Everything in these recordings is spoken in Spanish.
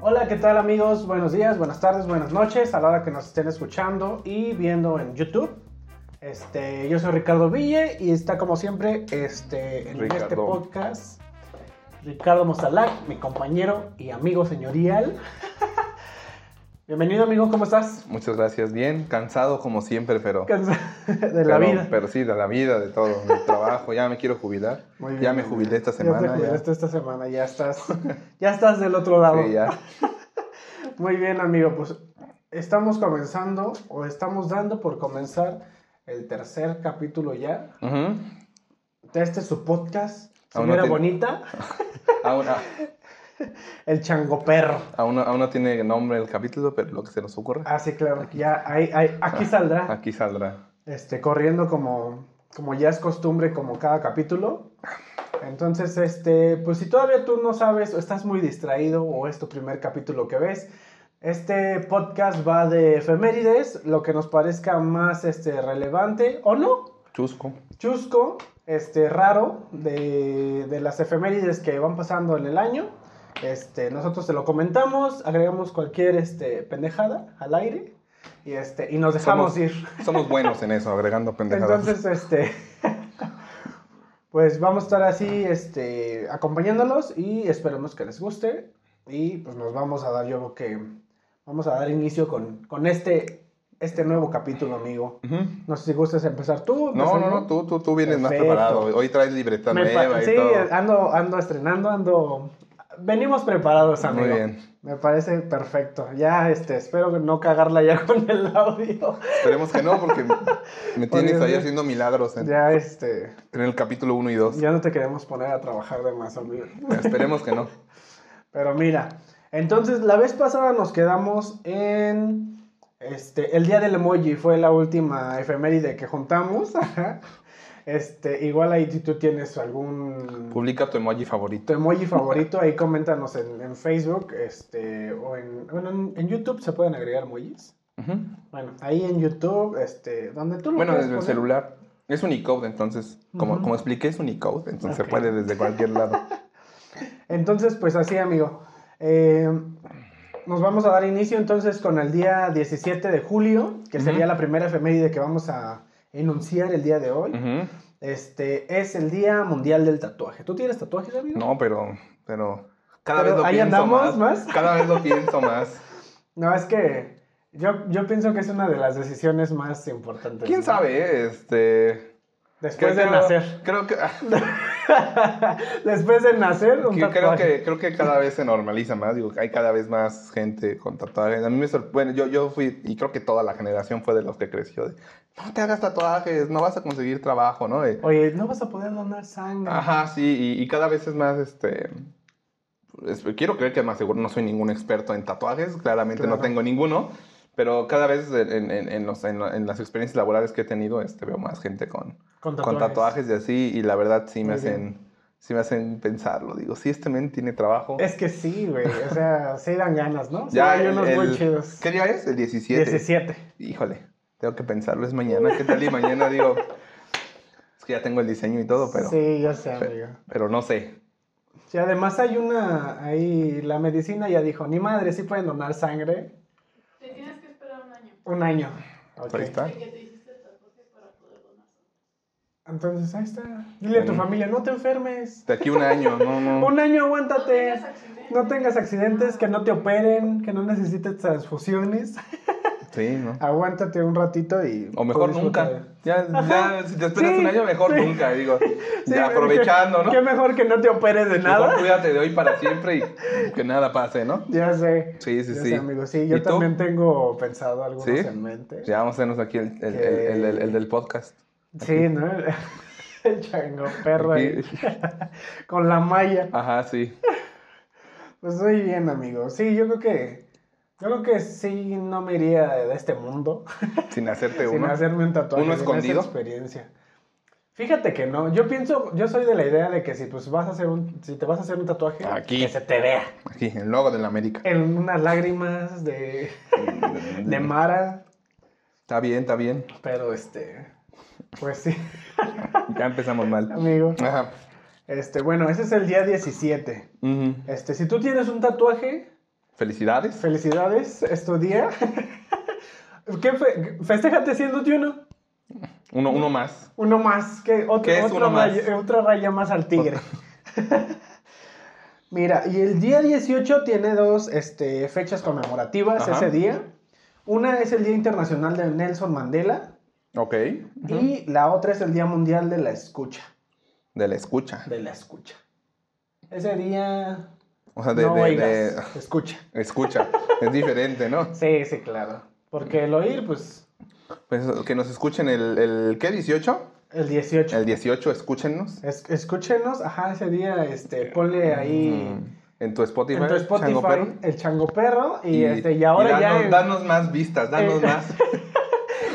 Hola, ¿qué tal amigos? Buenos días, buenas tardes, buenas noches a la hora que nos estén escuchando y viendo en YouTube. Este, yo soy Ricardo Ville y está como siempre este, en Ricardo. este podcast Ricardo Mozalac, mi compañero y amigo señorial. Bienvenido amigo, ¿cómo estás? Muchas gracias. Bien, cansado como siempre, pero. Cansa- De la pero- vida. Pero sí, de la vida, de todo. Mi trabajo, ya me quiero jubilar. Muy bien, ya me muy jubilé bien. esta Ya semana. te ya. jubilaste esta semana, ya estás, ya estás del otro lado. Sí, ya. Muy bien, amigo, pues estamos comenzando o estamos dando por comenzar el tercer capítulo ya Ujú. de este su podcast, Aún no señora tiene- bonita, aún, a- el chango perro. aún no, aún no tiene nombre el capítulo, pero lo que se nos ocurra, Ah, sí, claro, ya ahí- ahí- aquí saldrá, aquí saldrá. este, corriendo como, como ya es costumbre, como cada capítulo. Entonces, este, pues si todavía tú no sabes o estás muy distraído o es tu primer capítulo que ves, este podcast va de efemérides, lo que nos parezca más este, relevante o no, Chusco. chusco, este, raro, de, de las efemérides que van pasando en el año. Este, nosotros te lo comentamos, agregamos cualquier este, pendejada al aire y, este, y nos dejamos Somos ir. Somos buenos en eso, agregando pendejadas. Entonces, este, pues vamos a estar así este, acompañándolos y esperemos que les guste. Y pues nos vamos a dar, yo creo que vamos a dar inicio con, con este, este nuevo capítulo, amigo. Ujú. No sé si gustas empezar tú. No, empezar no, yo. no, tú, tú, tú vienes más pues Perfecto. preparado. Hoy traes libreta Me pa- nueva y sí, ah, todo. ando, ando estrenando, ando. Venimos preparados, amigo. Muy bien. Me parece perfecto. Ya, este, espero no cagarla ya con el audio. Esperemos que no, porque me tienes Dios ahí mío. haciendo milagros en, Ya, este, en el capítulo 1 y 2. ya no te queremos poner a trabajar de más, amigo. Esperemos que no. Pero mira, entonces la vez pasada nos quedamos en. Este, el día del emoji fue la última efeméride que juntamos. ajá. Este, igual ahí si tú tienes algún. Publica tu emoji tu favorito. emoji favorito, ahí coméntanos en, en Facebook, este, o en, bueno, en, en YouTube se pueden agregar emojis. Ujú. Bueno, ahí en YouTube, este, donde tú lo Bueno, quieras desde el poner. celular. Es Unicode, entonces, como, Ujú. como expliqué, es Unicode, entonces Ok. se puede desde cualquier lado. Entonces, pues así, amigo. Eh, nos vamos a dar inicio entonces con el día 17 de julio, que Ujú. sería la primera efeméride que vamos a enunciar el día de hoy. Ujú. Este, es el Día Mundial del Tatuaje. ¿Tú tienes tatuajes, amigo? No, pero, pero cada Pero vez lo ahí pienso andamos, más, ¿más? Cada vez lo pienso más. No, es que yo, yo pienso que es una de las decisiones más importantes. ¿Quién ¿no? sabe? eh? Este. Pues, Después de creo- nacer. Creo que, Después de nacer, un creo tatuaje. que creo que cada vez se normaliza más. Digo, hay cada vez más gente con tatuajes. A mí me sorprende. Bueno, yo, yo fui, y creo que toda la generación fue de los que creció. de, no te hagas tatuajes, no vas a conseguir trabajo, ¿no? Eh, Oye, no vas a poder donar sangre. Ajá, sí, y, y cada vez es más, este... es- Quiero creer que más seguro no soy ningún experto en tatuajes, claramente Claro. no tengo ninguno, pero cada vez en, en- en los- en la- en las experiencias laborales que he tenido, este, veo más gente con, Con con tatuajes y así, y la verdad sí me Muy hacen... Sí me hacen pensarlo, digo, si este men tiene trabajo. Es que sí, güey. O sea, sí dan ganas, ¿no? Sí, Ya hay el- unos muy el- chidos. ¿Qué día es? El 17. 17. Híjole, tengo que pensarlo, es mañana. ¿Qué tal y mañana digo? Es que ya tengo el diseño y todo, pero, Sí, yo sé, Fe- amigo. pero no sé. Y además hay una, ahí la medicina ya dijo, ni madre, sí pueden donar sangre Te tienes que esperar un año. un año. Ok. Ahí está. De que te hiciste el tatuaje para poder donar sangre. Entonces, ahí está. Dile a tu Mm. familia, no te enfermes. De aquí a un año, no, no. Un año No aguántate. tengas accidentes. No tengas accidentes, que no te operen, que no necesites transfusiones. Sí, ¿no? Aguántate un ratito y... O mejor pues, nunca. disfruta. Ya, ya, si te esperas Sí, un año, mejor sí. nunca, digo. Sí, ya aprovechando, qué- ¿no? Qué mejor que no te operes de Mejor nada. cuídate de hoy para siempre y que nada pase, ¿no? Ya sé. Sí, sí, ya sí. Sé, amigo. Sí, yo ¿Y tú? también tengo pensado algunos ¿Sí? en mente. Ya vamos a hacernos aquí el, el- el- el- el- el del podcast. Sí, ¿no? El chango perro ahí. Aquí. Con la malla. Ajá, sí. Pues muy bien, amigo. Sí, yo creo que. Yo creo que sí no me iría de, de este mundo Sin hacerte sin uno. hacerme un tatuaje. ¿Uno sin esa escondido? experiencia. Fíjate que no. Yo pienso, yo soy de la idea de que si pues vas a hacer un, si te vas a hacer un tatuaje, Aquí. que se te vea. Aquí, el logo de la América. En unas lágrimas de, de Mara. Está bien, está bien. Pero este. Pues sí, Ya empezamos mal. amigo. Ajá. Este, bueno, ese es el día 17. Ujú. Este, si tú tienes un tatuaje, Felicidades. Felicidades, es tu día. ¿Qué fe- Festéjate siendo uno. Uno, uno más. Uno más, que otro, ¿Qué es otra uno más? raya- otra raya más al tigre. Mira, y el día 18 tiene dos este, fechas conmemorativas Ajá. ese día. Una es el Día Internacional de Nelson Mandela Ok. Ujú. y la otra es el Día Mundial de la Escucha. De la escucha. De la escucha. Ese día... O sea, Ah, de, no de- oigas, de- escucha. escucha. es diferente, ¿no? Sí, sí, claro. Porque el oír, pues, Pues que nos escuchen el, el ¿qué? 18? el 18. El 18, escúchenos. Es- escúchenos, ajá, ese día, este, ponle ahí Mm. En tu Spotify. en tu Spotify Eh, Chango Perro. el chango perro y, este, y y ahora ya danos, en, danos más vistas, danos Eh, más.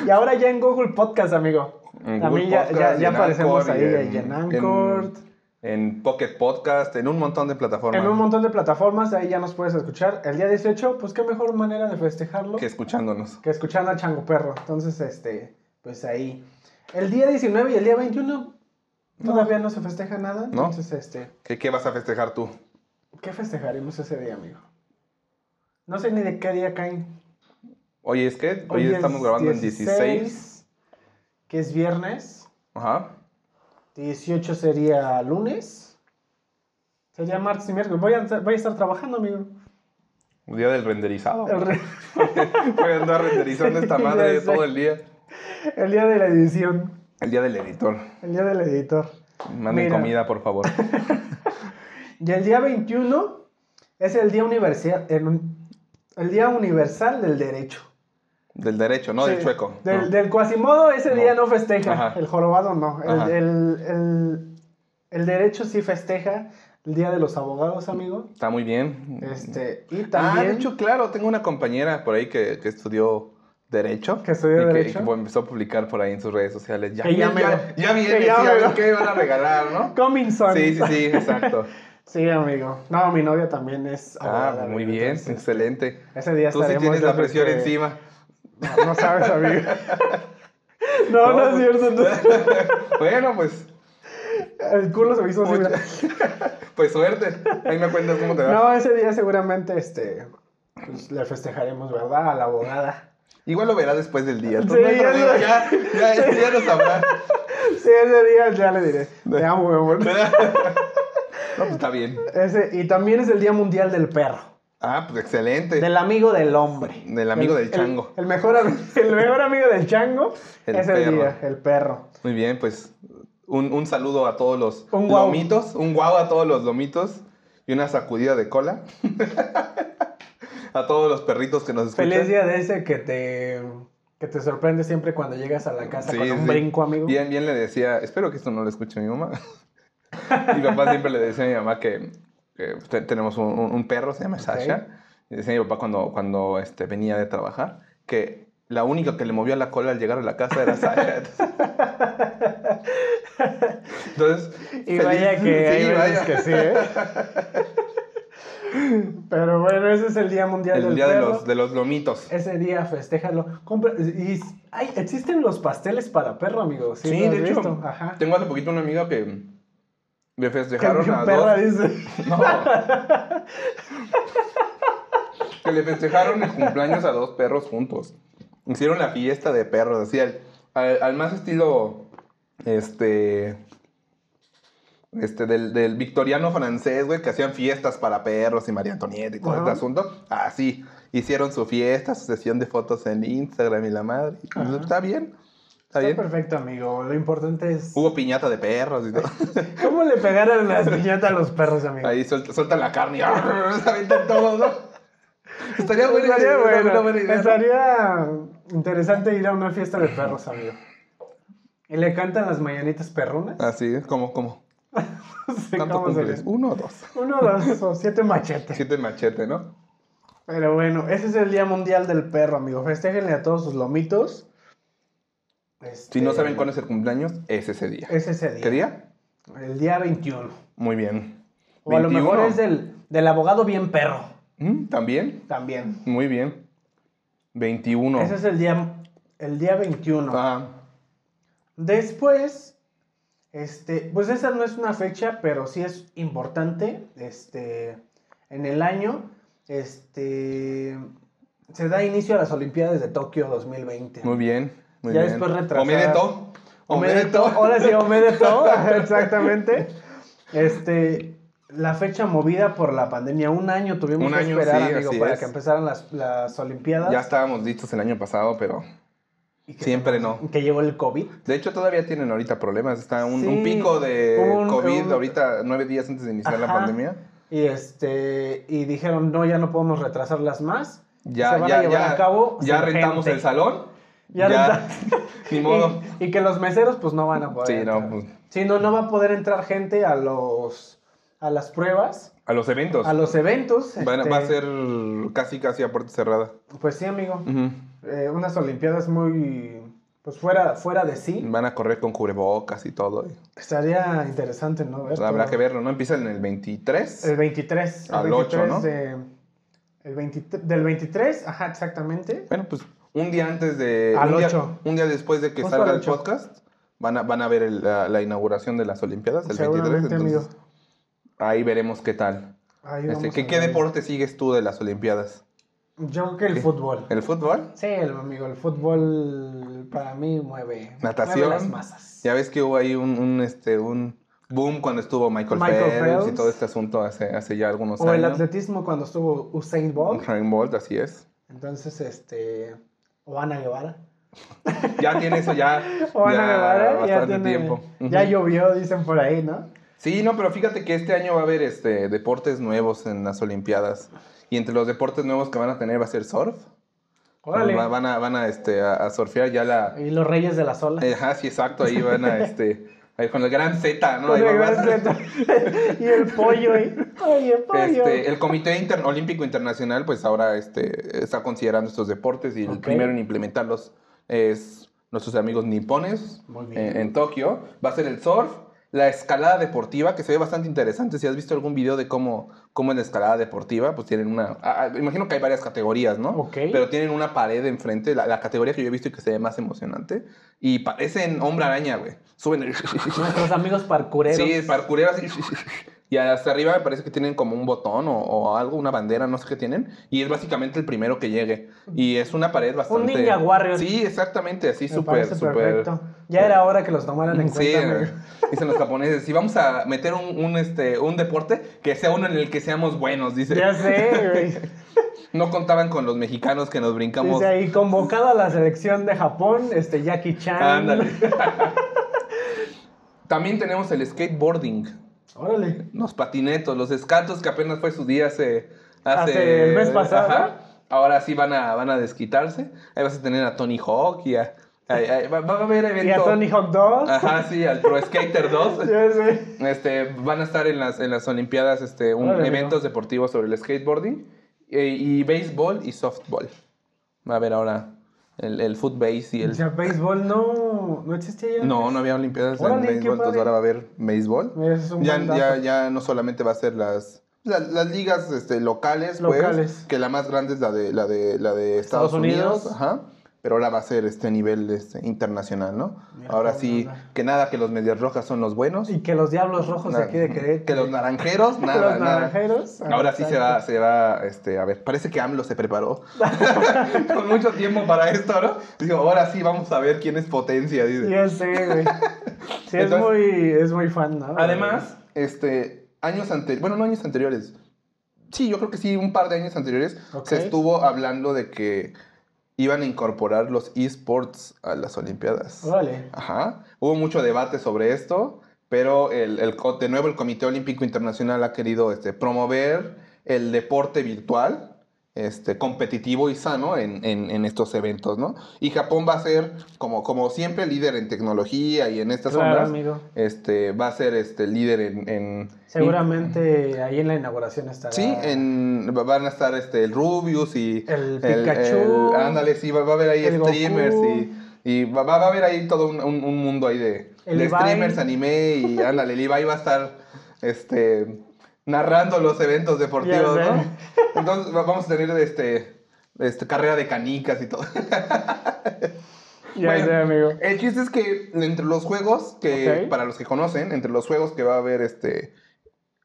y ahora ya en Google Podcast, amigo. En También Google ya, ya- Podcast, ya en aparecemos Anchor ahí y en, en Anchor, En, Pocket Podcast, en un montón de plataformas. en un montón de plataformas, ahí ya nos puedes escuchar. El día 18, pues qué mejor manera de festejarlo Que escuchándonos. que escuchando a Chango Perro. Entonces, este, pues ahí. El día 19 y el día 21 todavía no se festeja nada. No. Entonces, este, ¿Qué, ¿Qué vas a festejar tú? ¿qué festejaremos ese día, amigo? No sé ni de qué día caen. Hoy es que, hoy, estamos grabando en 16. Que es viernes. Ajá. 18 sería lunes. Sería martes y miércoles. Voy a, estar- voy a estar trabajando, amigo. Un día del renderizado. El, re- Voy a andar renderizando esta Sí, ya madre sé. todo el día. el día de la edición. El día del editor. El día del editor. Manden Mira. comida, por favor. Y el día 21 es el día universal, el, el día universal del derecho. Del derecho, no del Sí, chueco. Del, No. del cuasimodo ese No. día no festeja. Ajá. El jorobado no. El, Ajá. el- el- el derecho sí festeja el día de los abogados, amigo. Está muy bien. Este, y Ah, también. de hecho, claro, tengo una compañera por ahí que, que estudió Derecho. Que estudió y Derecho. y que, pues, empezó a publicar por ahí en sus redes sociales. Ya, Que ya ya, me ya, lo- ya viene, que ya sí, me a lo- ver qué van a regalar, ¿no? Cominson. Sí, sí, sí, exacto. Sí, amigo. No, mi novia también es. Ah, abogada, muy amigo, bien, entonces, excelente. Ese día Tú sí estaremos tienes la viendo presión que- encima. No, no sabes, amigo. No, no, No, es cierto. no. Bueno, pues, El culo se me hizo así. Mucho. mira. pues suerte. Ahí me cuentas cómo te va. No, ese día seguramente este, pues, le festejaremos, ¿verdad? A la abogada. Igual lo verás después del Sí, día. Entonces, no hay ya problema, lo- ya, ya, ya, nos sabrás. Sí, ese día ya le diré. Te amo, mi amor. No, pues está bien. Ese, y también es el Día Mundial del Perro. Ah, pues excelente. Del amigo del hombre. Del amigo del el- chango. El, mejor, am- el mejor amigo del chango El es el perro. día, el perro. Muy bien, pues un, un saludo a todos los Un guau. lomitos, un guau a todos los lomitos y una sacudida de cola a todos los perritos que nos escuchan. Feliz día de ese que te, que te sorprende siempre cuando llegas a la casa Sí, con un sí. brinco, amigo. Bien, bien le decía, espero que esto no lo escuche mi mamá. mi papá siempre le decía a mi mamá que, que te- tenemos un, un- un perro, se llama Ok. Sasha. Le decía a mi papá cuando, cuando este, venía de trabajar que la única que le movió la cola al llegar a la casa era Sasha. Entonces, Y vaya feliz- que hay sí, veces vaya. que sí, ¿eh? Pero bueno, ese es el Día Mundial del El día de Perro. Eh, los, de los lomitos. Ese día, festéjalo. Compra... Y s- ay, existen los pasteles para perro, amigo. Sí, Sí, lo has de hecho, visto? Ajá. Tengo hace poquito una amiga que me Que festejaron mi a perra dos. dice... No. que le festejaron el cumpleaños a dos perros juntos. Hicieron la fiesta de perros, así al, al- al más estilo. Este. Este, del, del victoriano francés, güey, que hacían fiestas para perros y María Antonieta y todo Ajá. este asunto. Así, hicieron su fiesta, su sesión de fotos en Instagram y la madre. Ajá. Está bien, está Está bien. perfecto, amigo. Lo importante es... Hubo piñata de perros y todo. ¿Cómo le pegaron las piñatas a los perros, amigo? Ahí suelta- sueltan la carne y ¡arr! se avientan todo, ¿no? Estaría buena Estaría idea, bueno. una buena idea. Estaría interesante ir a una fiesta de perros, amigo. Y le cantan las mañanitas perrunas. Así, como, como. No sé ¿Cuánto cómo se Ah, cumples? dice. Uno o dos. Uno, dos o siete machetes. Siete machete, ¿no? Pero bueno, ese es el Día Mundial del Perro, amigo. Festéjenle a todos sus lomitos. Este, Si no saben cuándo cuándo es el cumpleaños, es ese día. es ese día. ¿Qué día? El día 21. Muy bien. O a lo 21. mejor es del, del abogado bien perro Mm, También, también. muy bien. 21. Ese es el día, el día 21. Ah, Después, este, pues esa no es una fecha, pero sí es importante, este, en el año este, se da inicio a las Olimpiadas de Tokio 2020. Muy bien. Muy Ya bien. después retrasar. Omedeto. Omedeto. Ahora sí, Omedeto. exactamente. Este, la fecha movida por la pandemia. Un año tuvimos Un que año, esperar, sí, amigo, así para es. que empezaran las, las Olimpiadas. Ya estábamos listos el año pasado, pero Y que- siempre no. Que llegó el COVID. De hecho, todavía tienen ahorita problemas. Está un, un Sí, pico de hubo un- COVID un- ahorita, nueve días antes de iniciar la Ajá. pandemia. Y este, y dijeron, no, ya no podemos retrasarlas más. Se Ya, van a ya, llevar ya, a cabo ya sin rentamos gente. el salón. Ya, renta- Ni modo. Y, y que los meseros pues no van a poder. Sí, entrar. no, pues. Sí, no, no va a poder entrar gente a los a las pruebas, A los eventos. a los eventos. Van a- este, Va a ser casi, casi a puerta cerrada. Pues sí, amigo. Ujú. Eh, unas olimpiadas muy pues fuera, fuera de sí. Van a correr con cubrebocas y todo. eh. Estaría interesante, ¿no? Ver Habrá todo. que verlo, ¿no? Empieza en el 23. El 23. el Al ocho, 23 ¿no? de- el 23 del 23, ajá, exactamente. Bueno, pues un día antes de. Al un, día, ocho. un día después de que Justo salga al el ocho. podcast, van a, van a ver el- la, la inauguración de las Olimpiadas del 23. Seguramente, Entonces, amigo. ahí veremos qué tal. Ahí Este, vamos ¿qué, a qué ver. deporte sigues tú de las Olimpiadas? Yo creo que el ¿Qué? fútbol. ¿El fútbol? Sí, el- amigo, el fútbol para mí mueve, Natación. mueve las masas. Ya ves que hubo ahí un, un, este, un boom cuando estuvo Michael, Michael Phelps, y Phelps. todo este asunto hace, hace ya algunos O el años. atletismo cuando estuvo Usain Bolt. Usain Bolt, así es. Entonces, este. O Ana Guevara. Ya tiene eso ya, O Ana ya Guevara ya bastante tiene. tiempo. Ujú. Ya llovió, dicen por ahí, ¿no? Sí, no, pero fíjate que este año va a haber este, deportes nuevos en las Olimpiadas. Y entre los deportes nuevos que van a tener va a ser surf. Órale. Va- Van a, van a, este, a, a surfear ya la... Y los Reyes de las Olas. Ajá, sí, exacto, ahí van a... Este, ahí con el gran Z, ¿no? Con Ahí el va- gran atleta. y el pollo ahí. Oye, pollo. Este, el Comité Inter- Olímpico Internacional, pues ahora este, está considerando estos deportes y el Ok. primero en implementarlos es nuestros amigos nipones eh, Muy bien. en, en Tokio. Va a ser el surf, la escalada deportiva, que se ve bastante interesante. Si has visto algún video de cómo, cómo es la escalada deportiva, pues tienen una. ah, ah, imagino que hay varias categorías, ¿no? Ok. Pero tienen una pared enfrente, la, la categoría que yo he visto y que se ve más emocionante. Y parecen hombre araña, güey. Suben. el- Nuestros amigos parkureros. Sí, parkureo así. Y hasta arriba me parece que tienen como un botón o, o algo, una bandera, no sé qué tienen. Y es básicamente el primero que llegue. Y es una pared bastante. ninja warrior. Sí, exactamente, así Me súper, parece súper. perfecto. Ya era hora que los tomaran en Sí, cuenta. amigo. dicen los japoneses. Si vamos a meter un, un, este, un deporte, que sea uno en el que seamos buenos, dice. Ya sé, güey. No contaban con los mexicanos que nos brincamos. Dice ahí, convocada a la selección de Japón, este Jackie Chan. Ándale. También tenemos el skateboarding. Órale. los patinetos, los escatos que apenas fue su día hace... Hace, Hace el mes pasado. Ahora sí van a, van a desquitarse. Ahí vas a tener a Tony Hawk y a... ahí- ahí va, va a haber evento. Y a Tony Hawk 2. Ajá, sí, al Pro Skater 2. Ya sé. Este, van a estar en las, en las Olimpiadas este, un- Órale, amigo. eventos deportivos sobre el skateboarding eh, y béisbol y softball. Va a haber ahora el, el footbase y O el... sea, béisbol no, no existía ya. No, no había Olimpiadas en Órale, qué béisbol, entonces padre. ahora va a haber béisbol. Mira, ese es un Ya, buen dato. ya, ya no solamente va a ser las, la- las, ligas este, locales, pues, Locales. que la más grande es la de, la de, la de Estados, Estados Unidos. Unidos, ajá, pero ahora va a ser este nivel este, internacional, ¿no? Mira, ahora qué sí, buena onda. que nada, que los medias rojas son los buenos, Y que los Diablos Rojos Na- de aquí de Querétaro. que los naranjeros, los nada, nada. naranjeros. ah, Ahora sí se va, exacto. se va, este, a ver, parece que AMLO se preparó con mucho tiempo para esto, ¿no? Digo, ahora sí vamos a ver quién es potencia, dice. Ya sé, güey. Sí, es, Entonces- muy, es muy fan, ¿no? Además, este, años anteriores, bueno, no años anteriores, sí, yo creo que sí, un par de años anteriores, Ok. se estuvo hablando de que iban a incorporar los esports a las Olimpiadas. Órale. Ajá, hubo mucho debate sobre esto, pero el, el co- de nuevo el Comité Olímpico Internacional ha querido este, promover el deporte virtual. Este, competitivo y sano en, en- en estos eventos, ¿no? Y Japón va a ser, como, como siempre, líder en tecnología y en estas Claro, ondas amigo. este, va a ser este líder en, en- Seguramente ahí en la inauguración estará. sí, en van a estar este el Rubius y El Pikachu. el- ándale, sí, va, va a haber ahí El streamers Goku. y y va, va- va a haber ahí todo un, un- un mundo ahí de, El de Levi. streamers, anime y ándale, el Levi va a estar este narrando los eventos deportivos, Ya sé. ¿no? Entonces va- vamos a tener este este, carrera de canicas y todo. Ya bueno. sé, amigo. El chiste es que entre los juegos que, Ok. para los que conocen, entre los juegos que va a haber, este,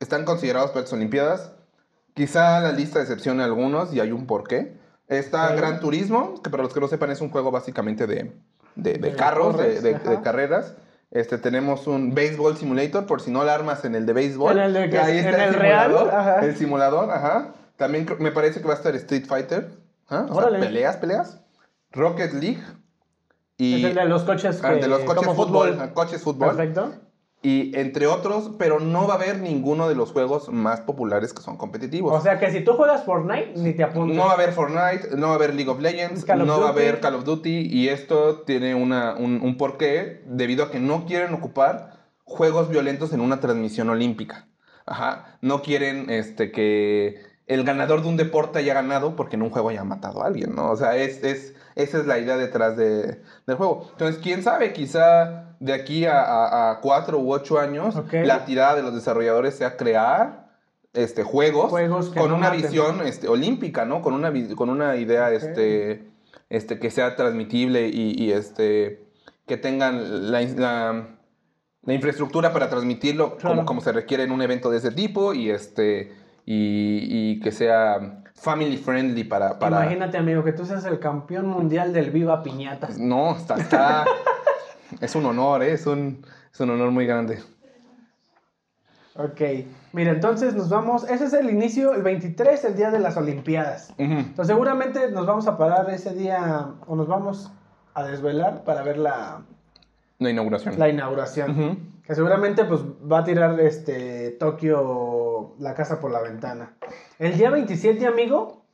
están considerados para estas Olimpiadas, Quizá la lista decepcione a algunos y hay un porqué. Está Claro. Gran Turismo, que para los que no sepan es un juego básicamente de, de- de De carros, de- carros, de, ajá. de carreras. Este, tenemos un Baseball Simulator, por si no la armas en el de béisbol. En el de que- Ahí en está el el, real, simulador. ajá. El simulador, ajá. También creo- me parece que va a estar Street Fighter. ajá, o sea, Órale. peleas, peleas. Rocket League. Y Es el de los coches. Ah, de los que- coches Eh, como fútbol, ah, coches fútbol. Perfecto. Y entre otros, pero no va a haber ninguno de los juegos más populares que son competitivos. O sea que si tú juegas Fortnite, ni te apuntas. no va a haber Fortnite, no va a haber League of Legends, Call of no va a Duty. haber Call of Duty. Y esto tiene una, un, un porqué debido a que no quieren ocupar juegos violentos en una transmisión olímpica. Ajá. No quieren este, que el ganador de un deporte haya ganado porque en un juego haya matado a alguien, ¿no? O sea, es, es, esa es la idea detrás de, del juego. Entonces, quién sabe, quizá de aquí a, a, a cuatro u ocho años, Ok. la tirada de los desarrolladores sea crear este, juegos, Juegos que con no una maten. visión este, olímpica, ¿no? Con una, vi- con una idea Ok. este, este, que sea transmitible y, y, este, que tengan la, in- la- la infraestructura para transmitirlo Claro. como, como se requiere en un evento de ese tipo y, este, y, y que sea family friendly para... para Imagínate, amigo, que tú seas el campeón mundial del Viva Piñatas. No, está... está- es un honor, ¿eh? es, un, es un honor muy grande. Ok. Mira, entonces nos vamos. Ese es el inicio, el 23, el día de las Olimpiadas. Ujú. Entonces, seguramente nos vamos a parar ese día o nos vamos a desvelar para ver la, La inauguración. la inauguración. Ujú. Que seguramente pues va a tirar este Tokio la casa por la ventana. El día 27, amigo,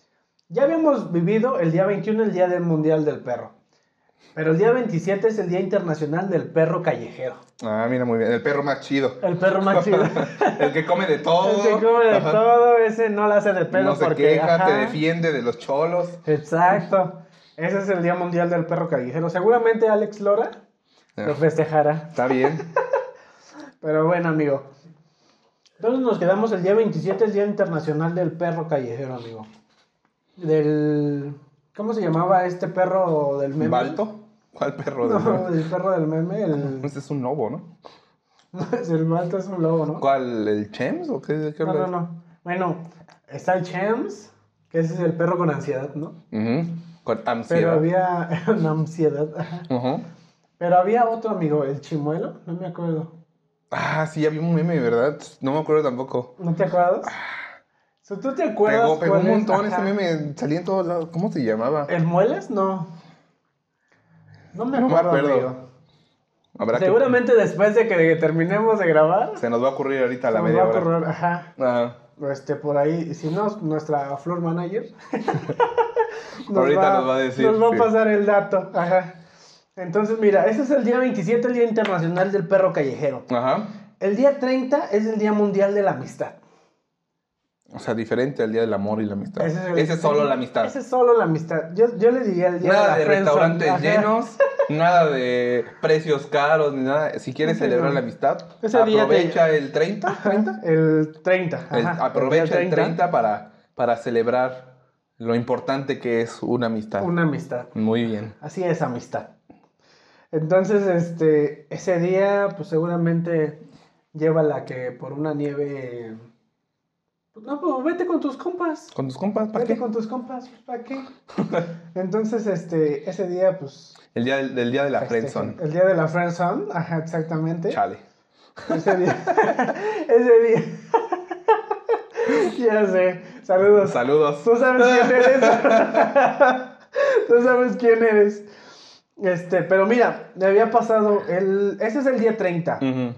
ya habíamos vivido el día 21, el día del Mundial del Perro. Pero el día 27 es el Día Internacional del Perro Callejero. Ah, mira, muy bien. El perro más chido. El perro más chido. el que come de todo. El que come de Ajá. todo, ese no la hace de pedo no se porque... queja, te ajá. defiende de los cholos. Exacto. Ese es el Día Mundial del Perro Callejero. Seguramente Alex Lora Ah. lo festejará. Está bien. Pero bueno, amigo. Entonces nos quedamos el día 27, el Día Internacional del Perro Callejero, amigo. Del... ¿Cómo se llamaba este perro del meme? ¿Balto? ¿Cuál perro? de No, nuevo? el perro del meme, el... Ese es un lobo, ¿no? el Balto es un lobo, ¿no? ¿Cuál? ¿El Chems o qué? qué No, hablas? no, no. Bueno, está el Chems, que ese es el perro con ansiedad, ¿no? Ujú. Con Pero ansiedad. había una ansiedad. ajá. Ujú. Pero había otro amigo, el chimuelo, no me acuerdo. Ah, sí, había un meme, ¿verdad? No me acuerdo tampoco. ¿No te acuerdas? Si Ah. ¿Tú te acuerdas? Pegó, pegó cuál un es? montón ese Ajá. Eh, meme. Salía en todos lados. ¿Cómo se llamaba? ¿El Muelas? No. No me No me acuerdo. acuerdo. amigo. Habrá que- Seguramente después de que terminemos de grabar, Se nos va a ocurrir ahorita a la nos va media a hora. Ah, correr, ajá, Ajá. este, por ahí. Y si no, nuestra floor manager. Ahorita nos va a decir, Nos va sí. a pasar el dato, ajá. Entonces, mira, ese es el día 27, el Día Internacional del Perro Callejero. Ajá. El día 30 es el Día Mundial de la Amistad. O sea, diferente al día del amor y la amistad. Ese es, el- solo la amistad. Ese es solo la amistad. Yo, yo le diría el día Nada de de la friendzone, restaurantes ajá. llenos, nada de precios caros, ni nada. Si quieres Sí, celebrar no. la amistad, Ese día te- aprovecha el 30. Ajá, El 30. el- ajá, aprovecha día el 30 para, para celebrar lo importante que es una amistad. Una amistad. Muy bien. Así es amistad. Entonces, este, ese día, pues seguramente lleva la que por una nieve. pues, No, pues vete con tus compas. Con tus compas, ¿para Vete qué? con tus compas, pues, ¿para qué? Entonces, este, ese día, pues. El día del, del día de la friendzone. El día de la Friendzone, ajá, exactamente. Chale. Ese día. ese día. ya sé. Saludos. Saludos. Tú sabes quién eres. Tú sabes quién eres. Este, pero mira, me había pasado el. Ese es el día 30. Ujú.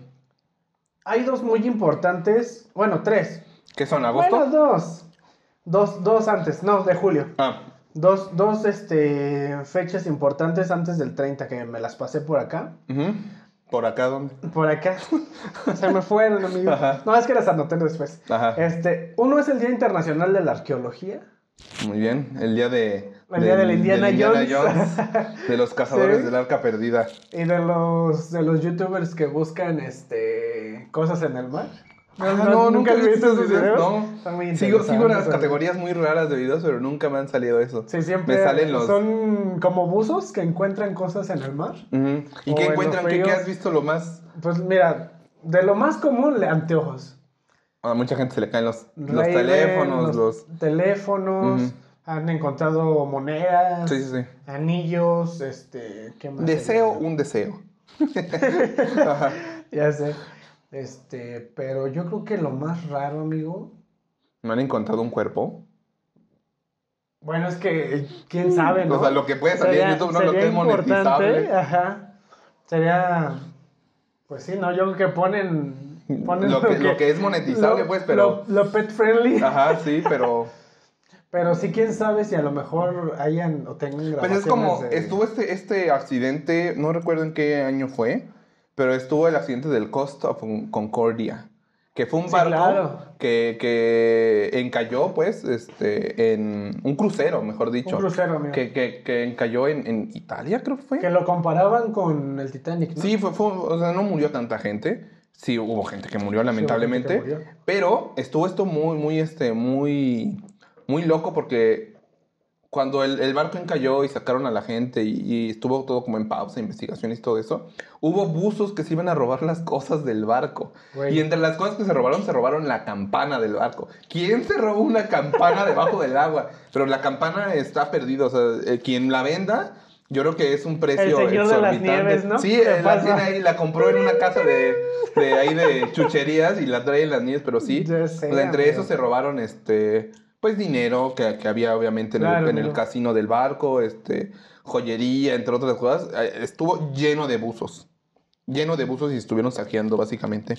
Hay dos muy importantes. Bueno, tres. ¿Qué son? ¿Agosto? Bueno, dos. Dos, dos antes, no, de julio. Ah, Dos, dos este, fechas importantes antes del 30 que me las pasé por acá. ujú. ¿Por acá dónde? Por acá. Se me fueron, amigo. Ajá. No, es que las anoté después. Ajá. Este, uno es el Día Internacional de la Arqueología. Muy bien. El día de. El día de la Indiana Jones. Jones, de los cazadores Sí. del arca perdida. Y de los, de los youtubers que buscan este cosas en el mar. Ah, no, nunca he visto esos videos. Están No. muy Sigo, sigo unas interesantes, categorías muy raras de videos, pero nunca me han salido eso. Sí, siempre Me salen los- son como buzos que encuentran cosas en el mar. Ujú. ¿Y O qué en encuentran? los ¿Qué, qué ríos. has visto lo más? Pues mira, de lo más común, le- anteojos. A mucha gente se le caen los, los Raven, teléfonos, los... teléfonos, Ujú. han encontrado monedas, Sí, sí, sí. anillos, este, ¿qué más? Deseo un deseo. Ajá. Ya sé. Este, pero yo creo que lo más raro, amigo, ¿No han encontrado un cuerpo? bueno, es que eh, quién sabe, ¿no? O sea, lo que puede salir en Sería- YouTube, ¿no? Lo sería que es importante, monetizable. Ajá. Sería pues sí, no, yo creo que ponen ponen Lo que, lo que es monetizable, lo- pues, pero... lo, lo pet friendly. Ajá, sí, pero... Pero sí, quién sabe si a lo mejor hayan o tengan Pues grabaciones es como, de- estuvo este, este accidente, no recuerdo en qué año fue, pero estuvo el accidente del Coast of Concordia, que fue un Sí, barco claro. que, que encalló, pues, este, en un crucero, mejor dicho, un crucero, amigo. Que, que, que, que encalló en, en Italia, creo que fue. lo comparaban con el Titanic, ¿no? Sí, fue, fue, o sea, no murió tanta gente, sí hubo gente que murió, lamentablemente, Sí, murió. pero estuvo esto muy, muy, este, muy, muy loco porque cuando el, el barco encalló y sacaron a la gente y, y estuvo todo como en pausa, investigaciones y todo eso, hubo buzos que se iban a robar las cosas del barco. Güey. Y entre las cosas que se robaron, se robaron la campana del barco. ¿Quién se robó una campana debajo del agua? Pero la campana está perdida, o sea, eh, quien la venda... Yo creo que es un precio señor de las exorbitante. nieves, ¿no? Sí, ¿Qué eh, la pasa? tiene ahí, la compró en una casa de, de ahí de chucherías y la trae en las nieves, pero sí. Ya sé, O sea, Pues, entre amigo. eso se robaron este pues dinero que, que había obviamente en, el- Claro, en el, amigo. casino del barco, este joyería, entre otras cosas, Eh, estuvo lleno de buzos. Lleno de buzos y estuvieron saqueando básicamente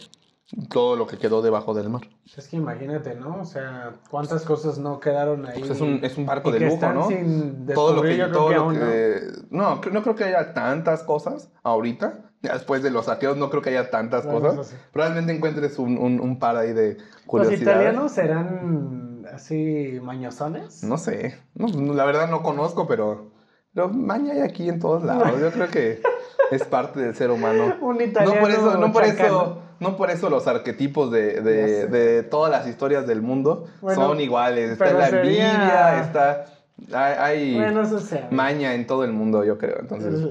todo lo que quedó debajo del mar. Pues Es que imagínate, ¿no? O sea, cuántas cosas no quedaron ahí. Pues es un es un barco y de que lujo, están ¿no? sin Todo lo que, descubrir, yo creo todo que lo aún no. que- no. cre- no creo que haya tantas cosas ahorita. Ya Después de los saqueos no creo que haya tantas Bueno, cosas. eso sí. Probablemente encuentres un, un, un par ahí de ¿Los curiosidades. italianos serán así mañosones? No sé. No, no, la verdad no conozco, pero lo maña hay aquí en todos lados. Yo creo que es parte del ser humano. Un No italiano por eso, no por chacano. eso, no por eso los arquetipos de, de- Ya sé. de todas las historias del mundo Bueno, son iguales. Está pero la sería- envidia, está. Hay, hay Bueno, eso sea. maña en todo el mundo, yo creo. Entonces,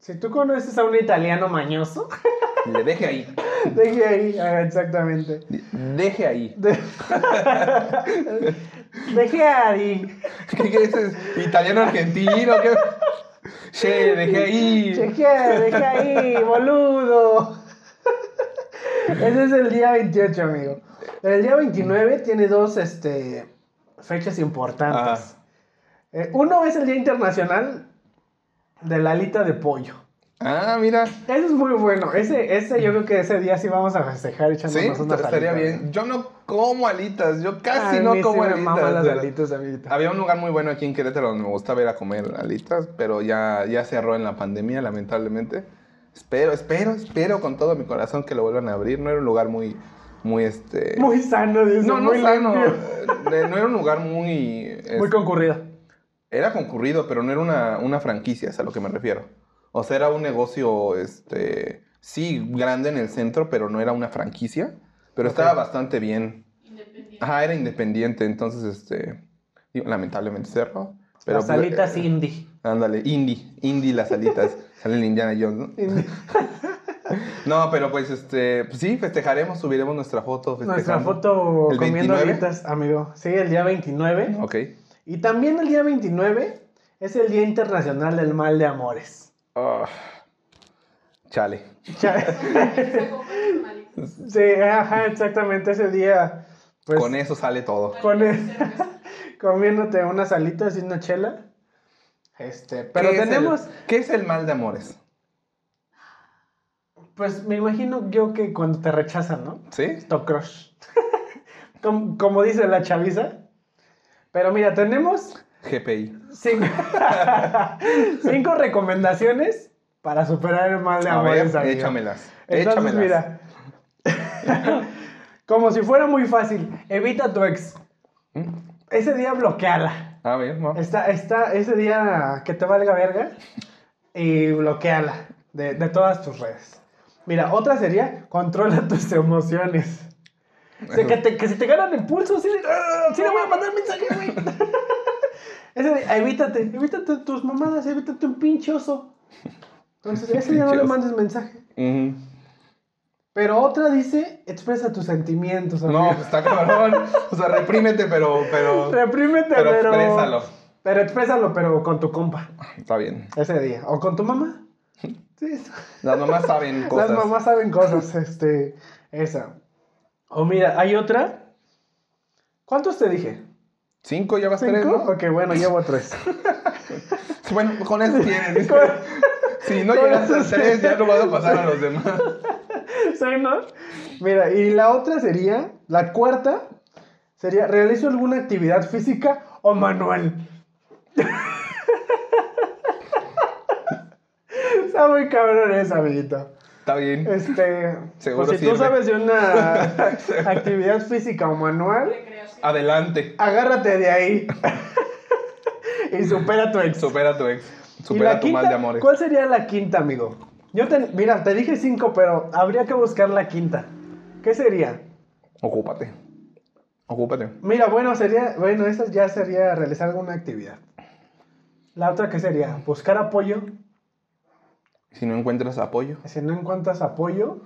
Si tú conoces a un italiano mañoso, le deje ahí. deje ahí, ah, exactamente. Deje ahí. De- deje ahí, ¿Qué quieres? ¿Italiano argentino? ¿Qué? Che, dejé ahí. chequea, deje ahí, boludo. Ese es el día 28, amigo. El día 29 tiene dos este, fechas Ah. importantes. Eh, uno es el Día Internacional de la Alita de Pollo. Ah, mira. Ese es muy bueno. Ese, ese yo creo que ese día sí vamos a festejar echándonos Sí, unas estaría alitas. ¿eh? bien. Yo no como alitas. Yo casi A no mí sí como me alitas. maman las pero- alitas, amiguita. Había un lugar muy bueno aquí en Querétaro donde me gustaba ir a comer alitas, pero ya, ya cerró en la pandemia, lamentablemente. Espero, espero, espero con todo mi corazón que lo vuelvan a abrir. No era un lugar muy, muy este. Muy sano, dice. no, no muy sano. limpio. Eh, No era un lugar muy. este, Muy concurrido. Era concurrido, pero no era una, una franquicia, es a lo que me refiero. O sea, era un negocio, este, sí, grande en el centro, pero no era una franquicia. Pero Ok. estaba bastante bien. Independiente. Ajá, era independiente, entonces, este, digo, lamentablemente cerró. Pero, Las alitas eh, indie. Ándale, indie, indie las alitas. Sale el Indiana Jones, ¿no? Indie. No, pero pues, este, pues, sí, festejaremos, subiremos nuestra foto. Nuestra festejando. foto ¿El comiendo 29? alitas, amigo. Sí, el día 29. Ok. Y también el día 29 es el Día Internacional del Mal de Amores. Ah, chale. Ya- Sí, ajá, exactamente. Ese día, pues, Con eso sale todo. Con comiéndote unas alitas y una chela. Este, pero ¿Qué es el- tenemos... ¿Qué es el mal de amores? Pues me imagino yo que cuando te rechazan, ¿no? ¿Sí? Top crush. como, como dice la chaviza. Pero mira, tenemos GPI. cinco, cinco recomendaciones para superar el mal de A amores, ver, amigo. échamelas. Entonces, échamelas. mira. como si fuera muy fácil. Evita a tu ex. Mm, Ese día bloqueala. A ver, no. Está, está ese día que te valga verga y bloqueala de, de todas tus redes. Mira, otra sería controla tus emociones. O sea, que, te- que si te ganan el pulso, sí, ¡ah! sí le voy a mandar mensaje, güey. Ese día, evítate, evítate tus mamadas, evítate un pinche oso. Entonces, ese día no le Pinche oso. mandes mensaje. Ujú. Pero otra dice, expresa tus sentimientos, No, amigo. pues está cabrón. O sea, reprímete, pero. Pero, Reprímete, pero pero... exprésalo. Pero exprésalo, pero con tu compa, Está bien. ese día. O con tu mamá. Sí, eso. Las mamás saben cosas. Las mamás saben cosas, este, esa. O mira, hay otra. ¿Cuántos te dije? Cinco, ya vas tres, ¿Cinco? ¿no? Ok, bueno, llevo tres. Bueno, con eso tienes. Si no llegas a tres, ya no vas a pasar a los demás. ¿Sí, no? Mira, y la otra sería, la cuarta, sería, ¿realizo alguna actividad física o manual? Está muy cabrón esa, amiguito. Está bien. Este, Seguro pues, si sirve. tú sabes de una actividad física o manual, Recreación. Ah, Adelante. agárrate de ahí y supera tu ex. Supera a tu ex. ¿Y Supera la tu mal quinta? de amores. ¿Cuál sería la quinta, amigo? Yo te, mira, te dije cinco, pero habría que buscar la quinta. ¿Qué sería? Ocúpate. Ocúpate. Mira, bueno, sería, bueno, esa ya sería realizar alguna actividad. La otra que sería buscar apoyo. Si no encuentras apoyo, Si no encuentras apoyo,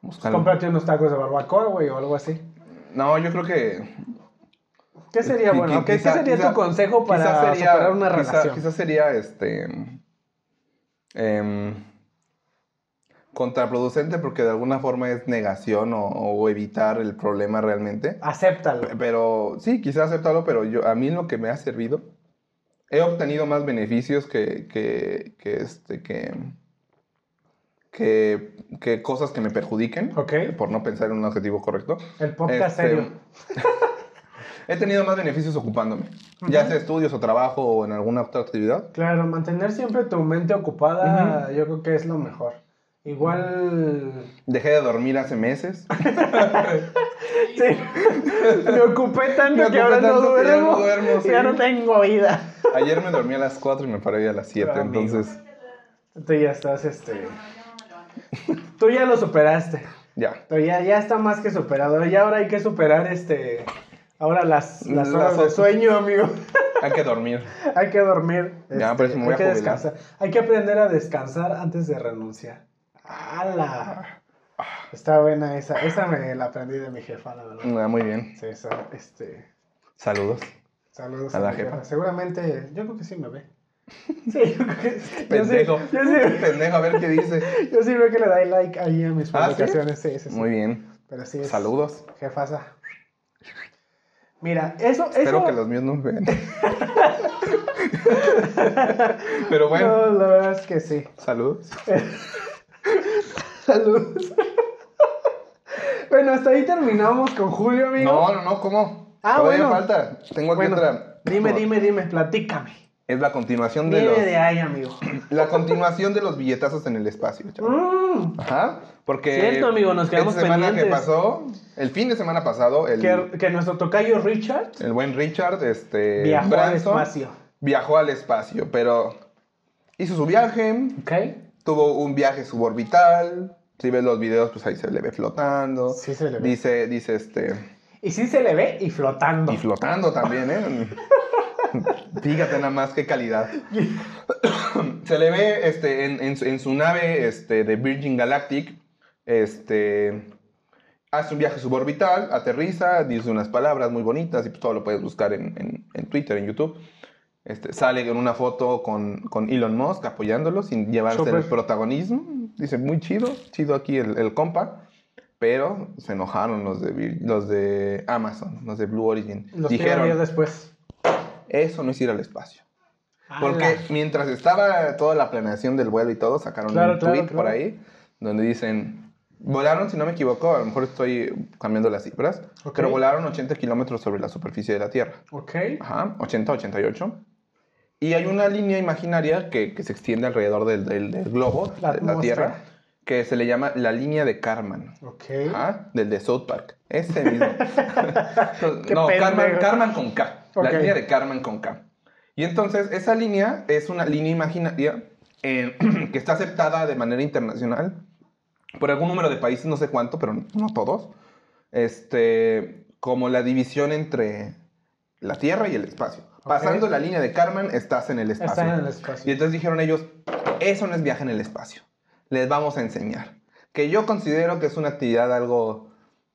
Pues búscalo. cómprate unos tacos de barbacoa, güey, o algo así. No, yo creo que. ¿Qué sería, qui- bueno, qui- qué, qué quizá- sería quizá- tu consejo para quizá superar una quizá- relación? Quizás sería este. em, contraproducente porque de alguna forma es negación o, o evitar el problema realmente. Acéptalo. Pero sí, quizás aceptarlo, pero yo, a mí lo que me ha servido, he obtenido más beneficios que, que, que, este, que, que, que cosas que me perjudiquen Ok. por no pensar en un objetivo correcto. El podcast Este, serio. he tenido más beneficios ocupándome, ya sea estudios o trabajo o en alguna otra actividad. Claro, mantener siempre tu mente ocupada, yo creo que es lo mejor. Igual. Dejé de dormir hace meses. Sí. Me ocupé tanto Me ocupé que ahora no tanto que ya duermo. no duermo, sí. Ya no tengo vida. Ayer me dormí a las 4 y me paré a las 7, Ah, amigo. entonces Tú ya estás, este. No, yo no me levanto. Tú ya lo superaste. ya. Pero ya, ya está más que superado. Ya ahora hay que superar este. Ahora las, las Las horas de otras. sueño, amigo. Hay que dormir. hay que dormir. este, Ya, por eso me voy hay a que jubilar. descansar. Hay que aprender a descansar antes de renunciar. ¡Hala! Está buena esa. Esa me la aprendí de mi jefa, la verdad. Ah, muy bien. Sí, esa, este. Saludos. Saludos A la mi jefa. Seguramente, yo creo que sí me ve. Sí, yo creo que sí. Yo sí, Pendejo. yo sí- Pendejo, a ver qué dice. yo sí veo que le da like ahí a mis ¿Ah, sí? publicaciones. Sí, sí, sí. Muy bien. Pero sí es. Saludos. Jefasa. Mira, eso. Espero eso- que los míos no me vean. Pero bueno, No, la verdad es que sí. saludos. Saludos. bueno, hasta ahí terminamos con Julio, amigo. No, no, no, ¿cómo? Ah, Todavía bueno. falta. Tengo aquí Bueno, otra. Dime, dime, dime, platícame. Es la continuación de Dime los. de ahí, amigo. La continuación de los billetazos en el espacio, chaval. Mm, Ajá. Porque. Cierto, amigo, nos quedamos esta semana que pendientes. pasó, el fin de semana pasado, el, que, que nuestro tocayo Richard el buen Richard, este. viajó al Branson, espacio. Viajó al espacio, pero. Hizo su viaje, ¿Ok? tuvo un viaje suborbital. Si ves los videos, pues ahí se le ve flotando. Sí se le ve. Dice, dice este. Y sí se le ve y flotando. Y flotando también, ¿eh? Fíjate nada más qué calidad. Se le ve este, en, en su- en su nave este, de Virgin Galactic. Este, hace un viaje suborbital, aterriza, dice unas palabras muy bonitas y pues todo lo puedes buscar en, en- en Twitter, en YouTube. Este, sale en una foto con, con Elon Musk apoyándolo sin llevarse el Súper. protagonismo. Dice, muy chido, chido aquí el, el compa. Pero se enojaron los de, Vir- los de Amazon, los de Blue Origin. Los Dijeron, días Dijeron, después. eso no es ir al espacio. ¡Hala! Porque mientras estaba toda la planeación del vuelo y todo, sacaron Claro, un claro, tweet por claro. ahí donde dicen, volaron, si no me equivoco, a lo mejor estoy cambiando las cifras, Ok. pero volaron 80 kilómetros sobre la superficie de la Tierra. Ok. Ajá, 80, 88. Y hay una línea imaginaria que, que se extiende alrededor del, del- del globo, La de la atmósfera. Tierra, que se le llama la línea de Karman. Ok. Ajá, del de South Park. Ese mismo. Qué no, pendejo. Carmen, Carmen con K. Ok. La línea de Carmen con K. Y entonces, esa línea es una línea imaginaria eh, que está aceptada de manera internacional por algún número de países, no sé cuánto, pero no todos. Este, como la división entre la Tierra y el espacio. Pasando la línea de Carmen, estás en el espacio. Están en el Y espacio. entonces dijeron ellos, eso no es viaje en el espacio. Les vamos a enseñar. que yo considero que es una actividad algo...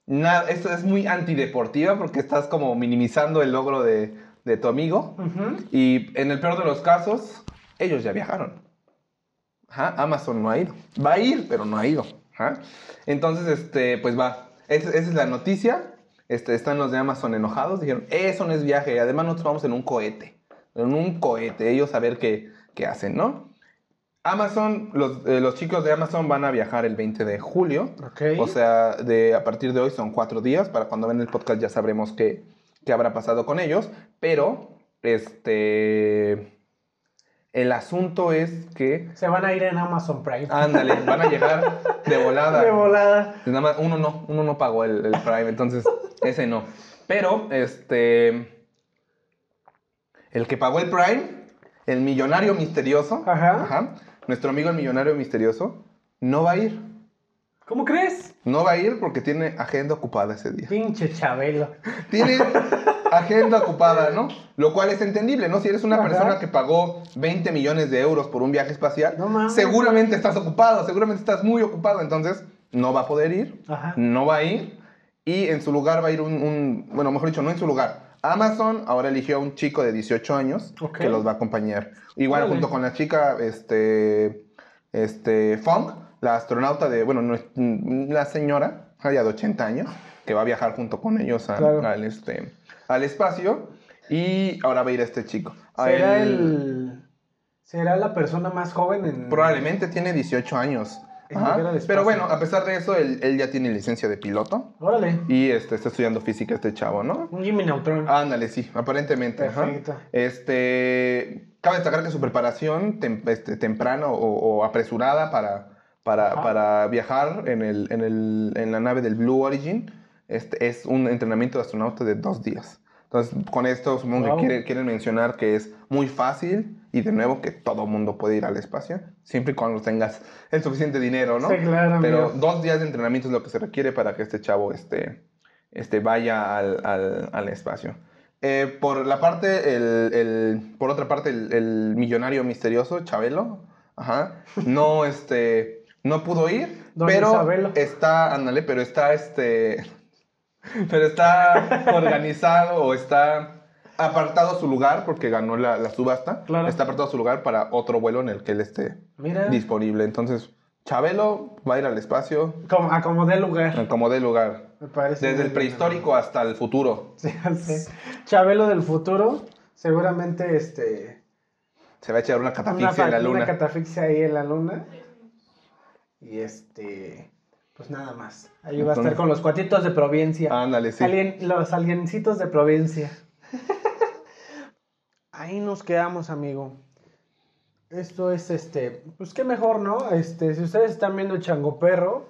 na- esto es muy antideportiva porque estás como minimizando el logro de, de tu amigo. Ujú. Y en el peor de los casos, ellos ya viajaron. Ajá, Amazon no ha ido. Va a ir, pero no ha ido. Ajá. Entonces, este, pues va. Es- esa es la noticia. Este, están los de Amazon enojados. Dijeron, eso no es viaje. Además, nosotros vamos en un cohete. En un cohete. Ellos a ver qué, qué hacen, ¿no? Amazon, los, eh, los chicos de Amazon van a viajar el 20 de julio. Ok. O sea, de, a partir de hoy son cuatro días. Para cuando ven el podcast ya sabremos qué, qué habrá pasado con ellos. Pero, este. El asunto es que. se van a ir en Amazon Prime. Ándale, van a llegar de volada. De volada. Nada más, uno no, uno no pagó el, el Prime, entonces ese no. Pero, este. El que pagó el Prime, el millonario misterioso. Ajá. ajá, nuestro amigo el millonario misterioso, no va a ir. ¿Cómo crees? No va a ir porque tiene agenda ocupada ese día. Pinche Chabelo. Tiene agenda ocupada, ¿no? Lo cual es entendible, ¿no? Si eres una Ajá. persona que pagó 20 millones de euros por un viaje espacial, No mames. seguramente estás ocupado, seguramente estás muy ocupado, entonces no va a poder ir, Ajá. no va a ir y en su lugar va a ir un, un- bueno, mejor dicho, no en su lugar. Amazon ahora eligió a un chico de 18 años Ok. que los va a acompañar. Igual Órale. junto con la chica, este, este, Funk, la astronauta de, bueno, no es- mm, la señora, ah, ya de 80 años, que va a viajar junto con ellos a- Claro. al, este, al espacio. Y ahora va a ir este chico. A ¿Será él- el... ¿Será la persona más joven en... Probablemente tiene 18 años. Es Ajá. llegar al espacio. Pero bueno, a pesar de eso, él, él ya tiene licencia de piloto. Órale. Y este, está estudiando física este chavo, ¿no? Un Jimmy Neutron. Ándale, sí, aparentemente. Ah, ajá. Perfecto. Este, cabe destacar que su preparación tem- este, temprana o, o apresurada para, para, Ajá. para viajar en, el, en, el- en la nave del Blue Origin este, es un entrenamiento de astronauta de dos días. Entonces, con esto supongo Wow. que quiere- quieren mencionar que es muy fácil y de nuevo que todo mundo puede ir al espacio, siempre y cuando tengas el suficiente dinero, ¿no? Sí, claro, Pero amigo. dos días de entrenamiento es lo que se requiere para que este chavo este, este vaya al, al- al espacio. Eh, por la parte, el, el- por otra parte, el, el millonario misterioso, Chabelo, ajá, no, este, no pudo ir, Don pero Isabelo. está, ándale, pero está, este, pero está organizado o está apartado su lugar porque ganó la, la subasta, Claro. está apartado su lugar para otro vuelo en el que él esté Mira. disponible. Entonces, Chabelo va a ir al espacio Como, acomodé el lugar. como dé lugar. Me parece Desde muy el bien, prehistórico hasta el futuro. Sí, sí. Chabelo del futuro, seguramente este Se va a echar una catafixia una, en la fa- luna. una catafixia ahí en la luna. Y este pues nada más. Ahí va a estar con los cuatitos de provincia. Ándale, sí. Alien- los aliencitos de provincia. Ahí nos quedamos, amigo. Esto es este, pues qué mejor, ¿no? Este, si ustedes están viendo Chango Perro,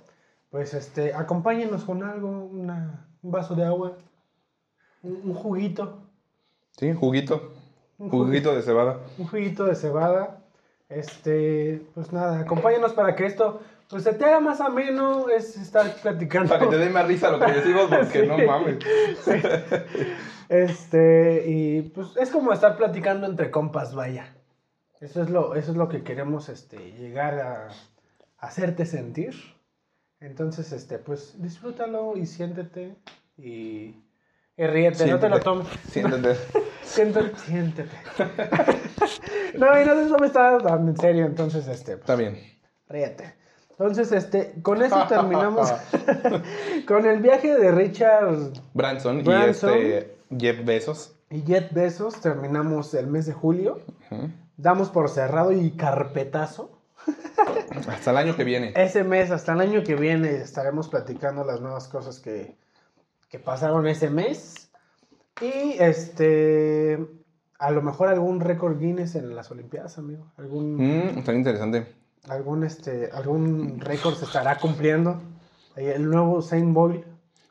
pues este, acompáñenos con algo, una- un vaso de agua, un, un juguito, Sí, juguito. Un Juguito de cebada. un juguito de cebada. Este, pues nada, acompáñenos para que esto pues se te haga más ameno, es estar platicando. Para que te dé más risa lo que decimos, porque Sí. no mames. Este, y pues es como estar platicando entre compas, vaya. Eso es lo, eso es lo que queremos este, llegar a hacerte sentir. Entonces, este, pues disfrútalo y siéntete y, y ríete, no te Siéntete. lo tomes. Siéntate. Siéntate. siéntate. no, y no, eso me estaba dando en serio, entonces, este, pues, Está bien. ríete. Entonces, este, con eso terminamos con el viaje de Richard Branson, Branson. y este Jeff Bezos. y Jet Besos. Terminamos el mes de julio. Ujú. damos por cerrado y carpetazo. Hasta el año que viene. Ese mes, hasta el año que viene, estaremos platicando las nuevas cosas que, que pasaron ese mes. Y este, a lo mejor algún récord Guinness en las Olimpiadas, amigo. Algún, Mm, está interesante. algún, este, algún récord se estará cumpliendo. Ahí El nuevo Saint Boyle,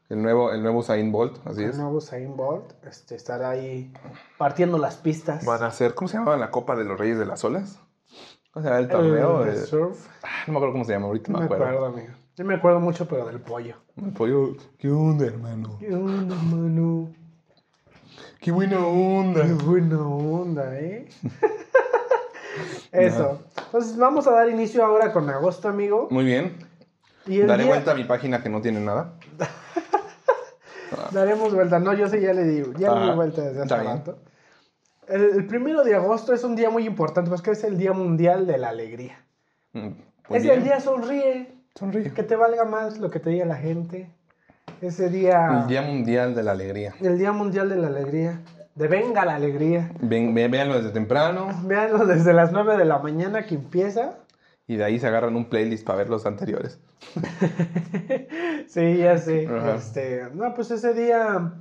El nuevo, el nuevo Usain Bolt, así el es. nuevo Saint Bolt, este, estará ahí partiendo las pistas. Van a hacer, ¿cómo se llamaba la Copa de los Reyes de las Olas? ¿Cómo se llama el torneo? El El- Eh, surf. Ah, no me acuerdo cómo se llama, ahorita No me me acuerdo. acuerdo, amigo. Yo me acuerdo mucho, pero del pollo. El pollo, ¿qué onda, hermano? ¿Qué onda, mano? ¡Qué buena onda! Qué buena onda, ¿eh? Eso. Entonces vamos a dar inicio ahora con agosto, amigo. Muy bien. Y el Daré día- vuelta a mi página que no tiene nada. Daremos vuelta. No, yo sí ya le digo. Ya le di Ajá. vuelta desde hace Está bien. rato. El, el primero de agosto es un día muy importante, pues que es el Día Mundial de la Alegría. Mm, muy Es el bien. día sonríe, Sonríe. que te valga más lo que te diga la gente. Ese día... El Día Mundial de la Alegría. el Día Mundial de la Alegría. De venga la alegría. Ven, ve- véanlo desde temprano Veanlo desde las 9 de la mañana que empieza. y de ahí se agarran un playlist para ver los anteriores. Sí, ya sé. Ajá. Este, no, pues ese día,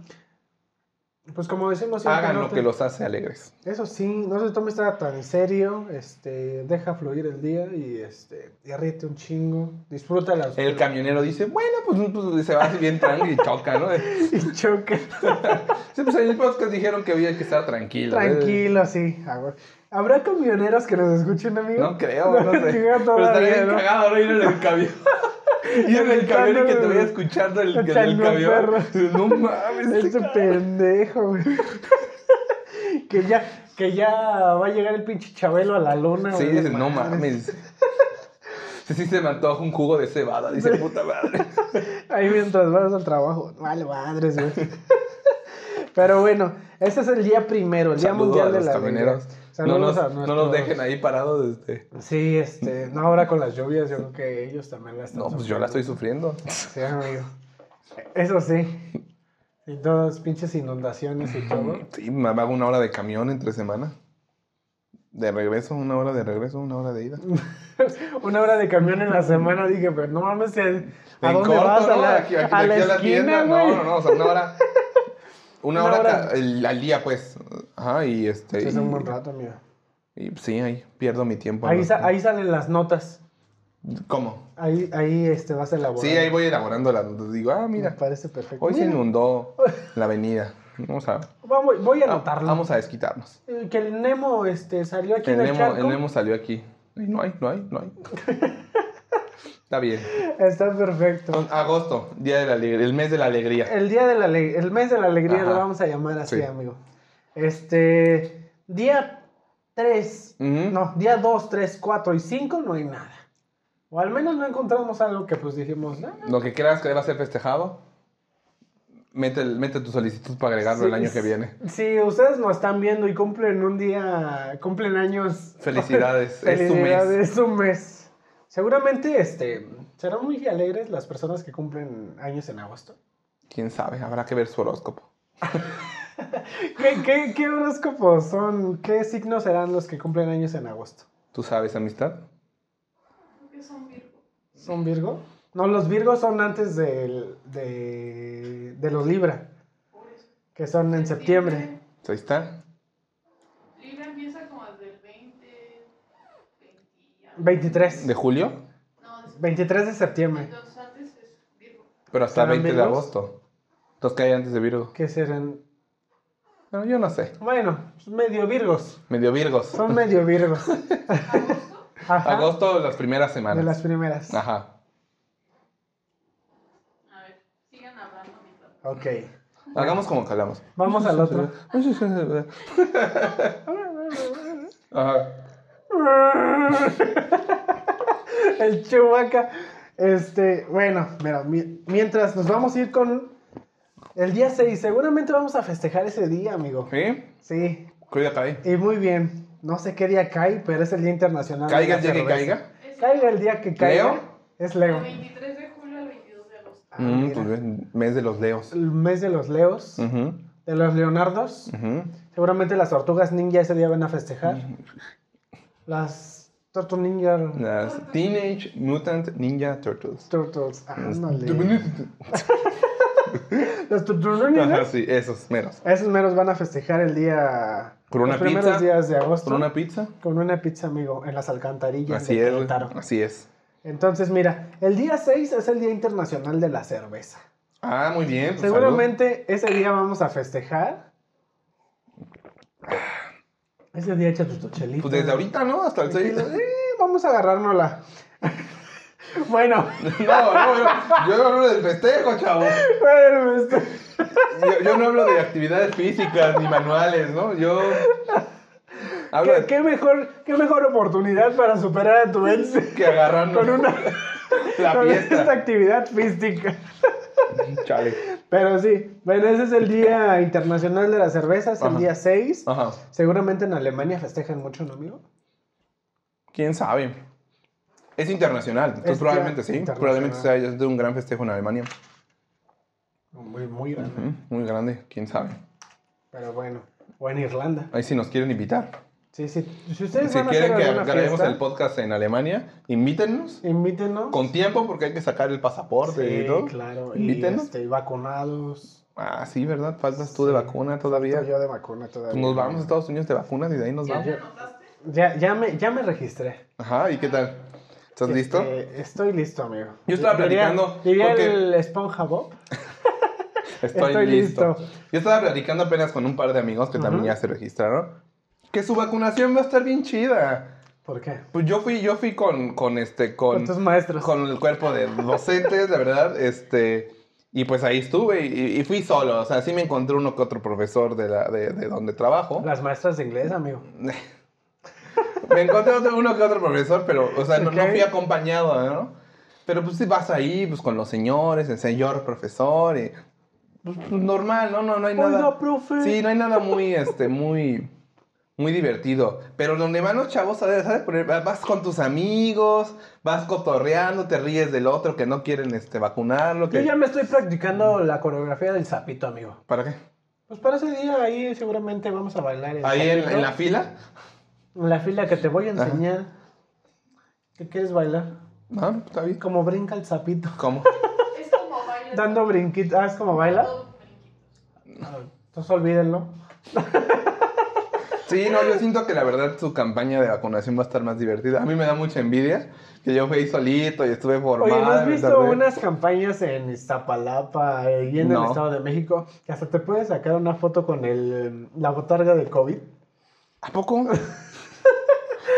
pues como decimos, siempre, Hagan no lo te- que los hace alegres. Eso sí, no se tome nada tan en serio, este, deja fluir el día y este, y ríete un chingo, disfruta las El camionero dice, bueno, pues, pues, se va así bien tranqui y choca, ¿no? Sí, y choque. pues en el podcast dijeron que había que estar tranquilo. ¿eh? Tranquilo, sí. ah, güey. ¿Habrá camioneros que nos escuchen, amigo? No creo, no sé. creo Pero estaría bien ¿no? cagado no ir en el camión. Ir en el camión y que te vaya escuchando el, el, del Echando camión. perro. No mames. este Este pendejo, güey. que ya, que ya va a llegar el pinche Chabelo a la luna, Sí, güey, dices, no mames. Sí, sí, se me antoja un jugo de cebada, dice puta madre. Ahí mientras vas al trabajo. Vale, madres, güey. Pero bueno, ese es el día primero, el Día Saludo Mundial a de los la camioneros. Alegría. No Saludos nos, a no nos nuestros- dejen ahí parados. Este. Sí, este, no ahora con las lluvias, yo creo que ellos también la están No, pues yo la estoy sufriendo. sufriendo. Sí, amigo. Eso sí. Y todas pinches inundaciones y todo. Sí, me hago una hora de camión entre semana. De regreso, una hora de regreso, una hora de ida. Una hora de camión en la semana, dije, pero no mames, ¿a a En dónde corto, vas? A ¿no? la, Aquí- aquí- a de la aquí a la esquina, tienda. güey. No, no, no, o sea, una hora. Una, Una hora, hora. ca- el- al día, pues. Ajá, y este. Sí, es y- un buen rato, amigo. y, pues, sí, ahí pierdo mi tiempo. Ahí, ¿no? sa- ahí salen las notas. ¿Cómo? Ahí, ahí este, vas a elaborar. Sí, ahí voy elaborando las notas. Digo, ah, Me mira, parece perfecto. hoy se Mira, inundó la avenida. Vamos a, Vamos, voy a anotarlo. Ah, vamos a desquitarnos. Eh, Que el Nemo este, salió aquí El en el Nemo, charco. el Nemo salió aquí. Ay, No hay, no hay, no hay. Está bien. Está perfecto. Agosto, día de la alegría, el mes de la alegría. El día de la ale- el mes de la alegría Ajá. lo vamos a llamar así, Sí. amigo. Este, día 3, Ujú. no, día 2, 3, 4 y 5 no hay nada. O al menos no encontramos algo que pues dijimos, "Ah, Lo que creas que deba ser festejado, mete, el- mete tu solicitud para agregarlo el Sí, año sí. que viene. Si ustedes nos están viendo y cumplen un día, cumplen años. Felicidades, es tu mes. Felicidades, es un mes. Seguramente este, serán muy alegres las personas que cumplen años en agosto. Quién sabe, habrá que ver su horóscopo. ¿Qué, qué, qué horóscopos son? ¿Qué signos serán los que cumplen años en agosto? ¿Tú sabes, amistad? Creo que son Virgo. ¿Son Virgo? No, los Virgos son antes del- de, de los Libra, Por eso. que son en septiembre. Pues Ahí está. Libra empieza como desde el 20. 20 algo. 23. De julio, No, desde 23 de septiembre. Entonces antes es Virgo. pero hasta ¿Serán 20 de Virgos? agosto. Los que hay antes de Virgo. ¿Qué serán? No, yo no sé. Bueno, medio Virgos. Medio Virgos. Son medio virgos. Agosto. Ajá, Agosto, las primeras De semanas. las primeras. Ajá. A ver, sigan hablando mientras. Ok. Hagamos como que hablamos. Vamos al otro. Ajá. El Chewbacca. Este, bueno, mira, mi- mientras nos vamos a ir con el día 6. Seguramente vamos a festejar ese día, amigo. ¿Sí? Sí. Cuídate ahí. Y muy bien. No sé qué día cae, pero es el Día Internacional. de Caiga el la día que Cerveza. caiga. Es Caiga el día que caiga. ¿Leo? Es Del Leo. 23 de julio al 22 de agosto. Ah, Mm, mira. pues ven, mes de los deos. El mes de los Leos, Ujú, de los Leonardos. ujú. Seguramente las tortugas ninja ese día van a festejar. Las tortugas ninja Las Teenage Mutant Ninja Turtles. turtles. Ándale. Ajá, Las tortugas ninja. sí, esos, menos. Esos meros van a festejar el día. Con una los primeros pizza. días de agosto. ¿Con una pizza? Con una pizza, amigo, en las alcantarillas. Así de es, güey, Querétaro. así es. Entonces, mira, el día 6 es el Día Internacional de la Cerveza. Ah, muy bien. pues, Seguramente ese día vamos a festejar. Ese día echa tu salud. chelito. Pues desde ahorita, ¿no? Hasta el 6. Tranquilo, eh, vamos a agarrárnosla. bueno, No, no, yo, yo no hablo del festejo, chavo. bueno, este- Yo, yo no hablo de actividades físicas ni manuales, ¿no? Yo hablo ¿qué, de qué mejor, qué mejor oportunidad para superar a tu ex que agarrando. con una, La Con esta fiesta. actividad fística. Chale. Pero sí, bueno, ese es el Día Internacional de las Cervezas, el Ajá. Ah. día 6. Ajá. Seguramente en Alemania festejan mucho, ¿no, amigo? ¿Quién sabe? Es internacional, entonces Es probablemente ya sí. internacional. Probablemente sea ya de un gran festejo en Alemania. Muy, muy grande. Ujú, Muy grande, quién sabe. Pero bueno, o en Irlanda. Ahí si nos quieren invitar. Sí, sí. Si ustedes si van a quieren hacer que alguna grabemos fiesta, el podcast en Alemania, invítennos. invítenos. Con tiempo, porque hay que sacar el pasaporte Sí, y todo. claro. Y, Invítenos. este, y vacunados. Ah, sí, ¿verdad? Faltas tú de Sí. vacuna todavía. Yo de vacuna todavía. Pues Nos vamos a Estados Unidos de vacunas y de ahí nos ¿Ya vamos. te anotaste? Ya, ya, me, ya me registré. Ajá, ¿y qué tal? ¿Estás Este, listo? Estoy listo, amigo. Yo estaba Diría- platicando, Diría porque- el SpongeBob. estoy listo. Yo estaba platicando apenas con un par de amigos que también Ajá. ya se registraron. Que su vacunación va a estar bien chida. ¿Por qué? Pues yo fui, yo fui con, con este, Con con, tus maestros. con el cuerpo de docentes, la verdad, este, y pues ahí estuve y, y fui solo, o sea, sí me encontré uno que otro profesor de, la, de, de donde trabajo. Las maestras de inglés, amigo. Me encontré otro- uno que otro profesor, pero, o sea, no, no Ok. fui acompañado, ¿no? Pero pues sí vas ahí, pues con los señores, el señor profesor, y, pues, pues, normal, ¿no? No, no hay Oiga, nada. profe. Sí, no hay nada muy, este, muy, muy divertido. Pero donde van los chavos, ¿sabes? ¿sabes? Por- Vas con tus amigos, vas cotorreando, te ríes del otro que no quieren, este, vacunarlo. Yo Que... ya me estoy practicando la coreografía del sapito, amigo. ¿Para qué? Pues para ese día ahí seguramente vamos a bailar. el Ahí en, sapito. en la fila, En la fila que te voy a Ajá. enseñar. ¿Qué quieres bailar? ¿no? Ah, Está bien. Como brinca el sapito. ¿Cómo? Es como baile. Dando brinquitos. Ah, es como baila. Ah, Entonces olvídenlo. Sí, no, yo siento que la verdad su campaña de vacunación va a estar más divertida. A mí me da mucha envidia que yo fui solito y estuve formado. Oye, ¿no has me visto tardé. unas campañas en Iztapalapa eh, y en No. el Estado de México? Que hasta te puedes sacar una foto con el, la botarga del COVID. ¿A poco?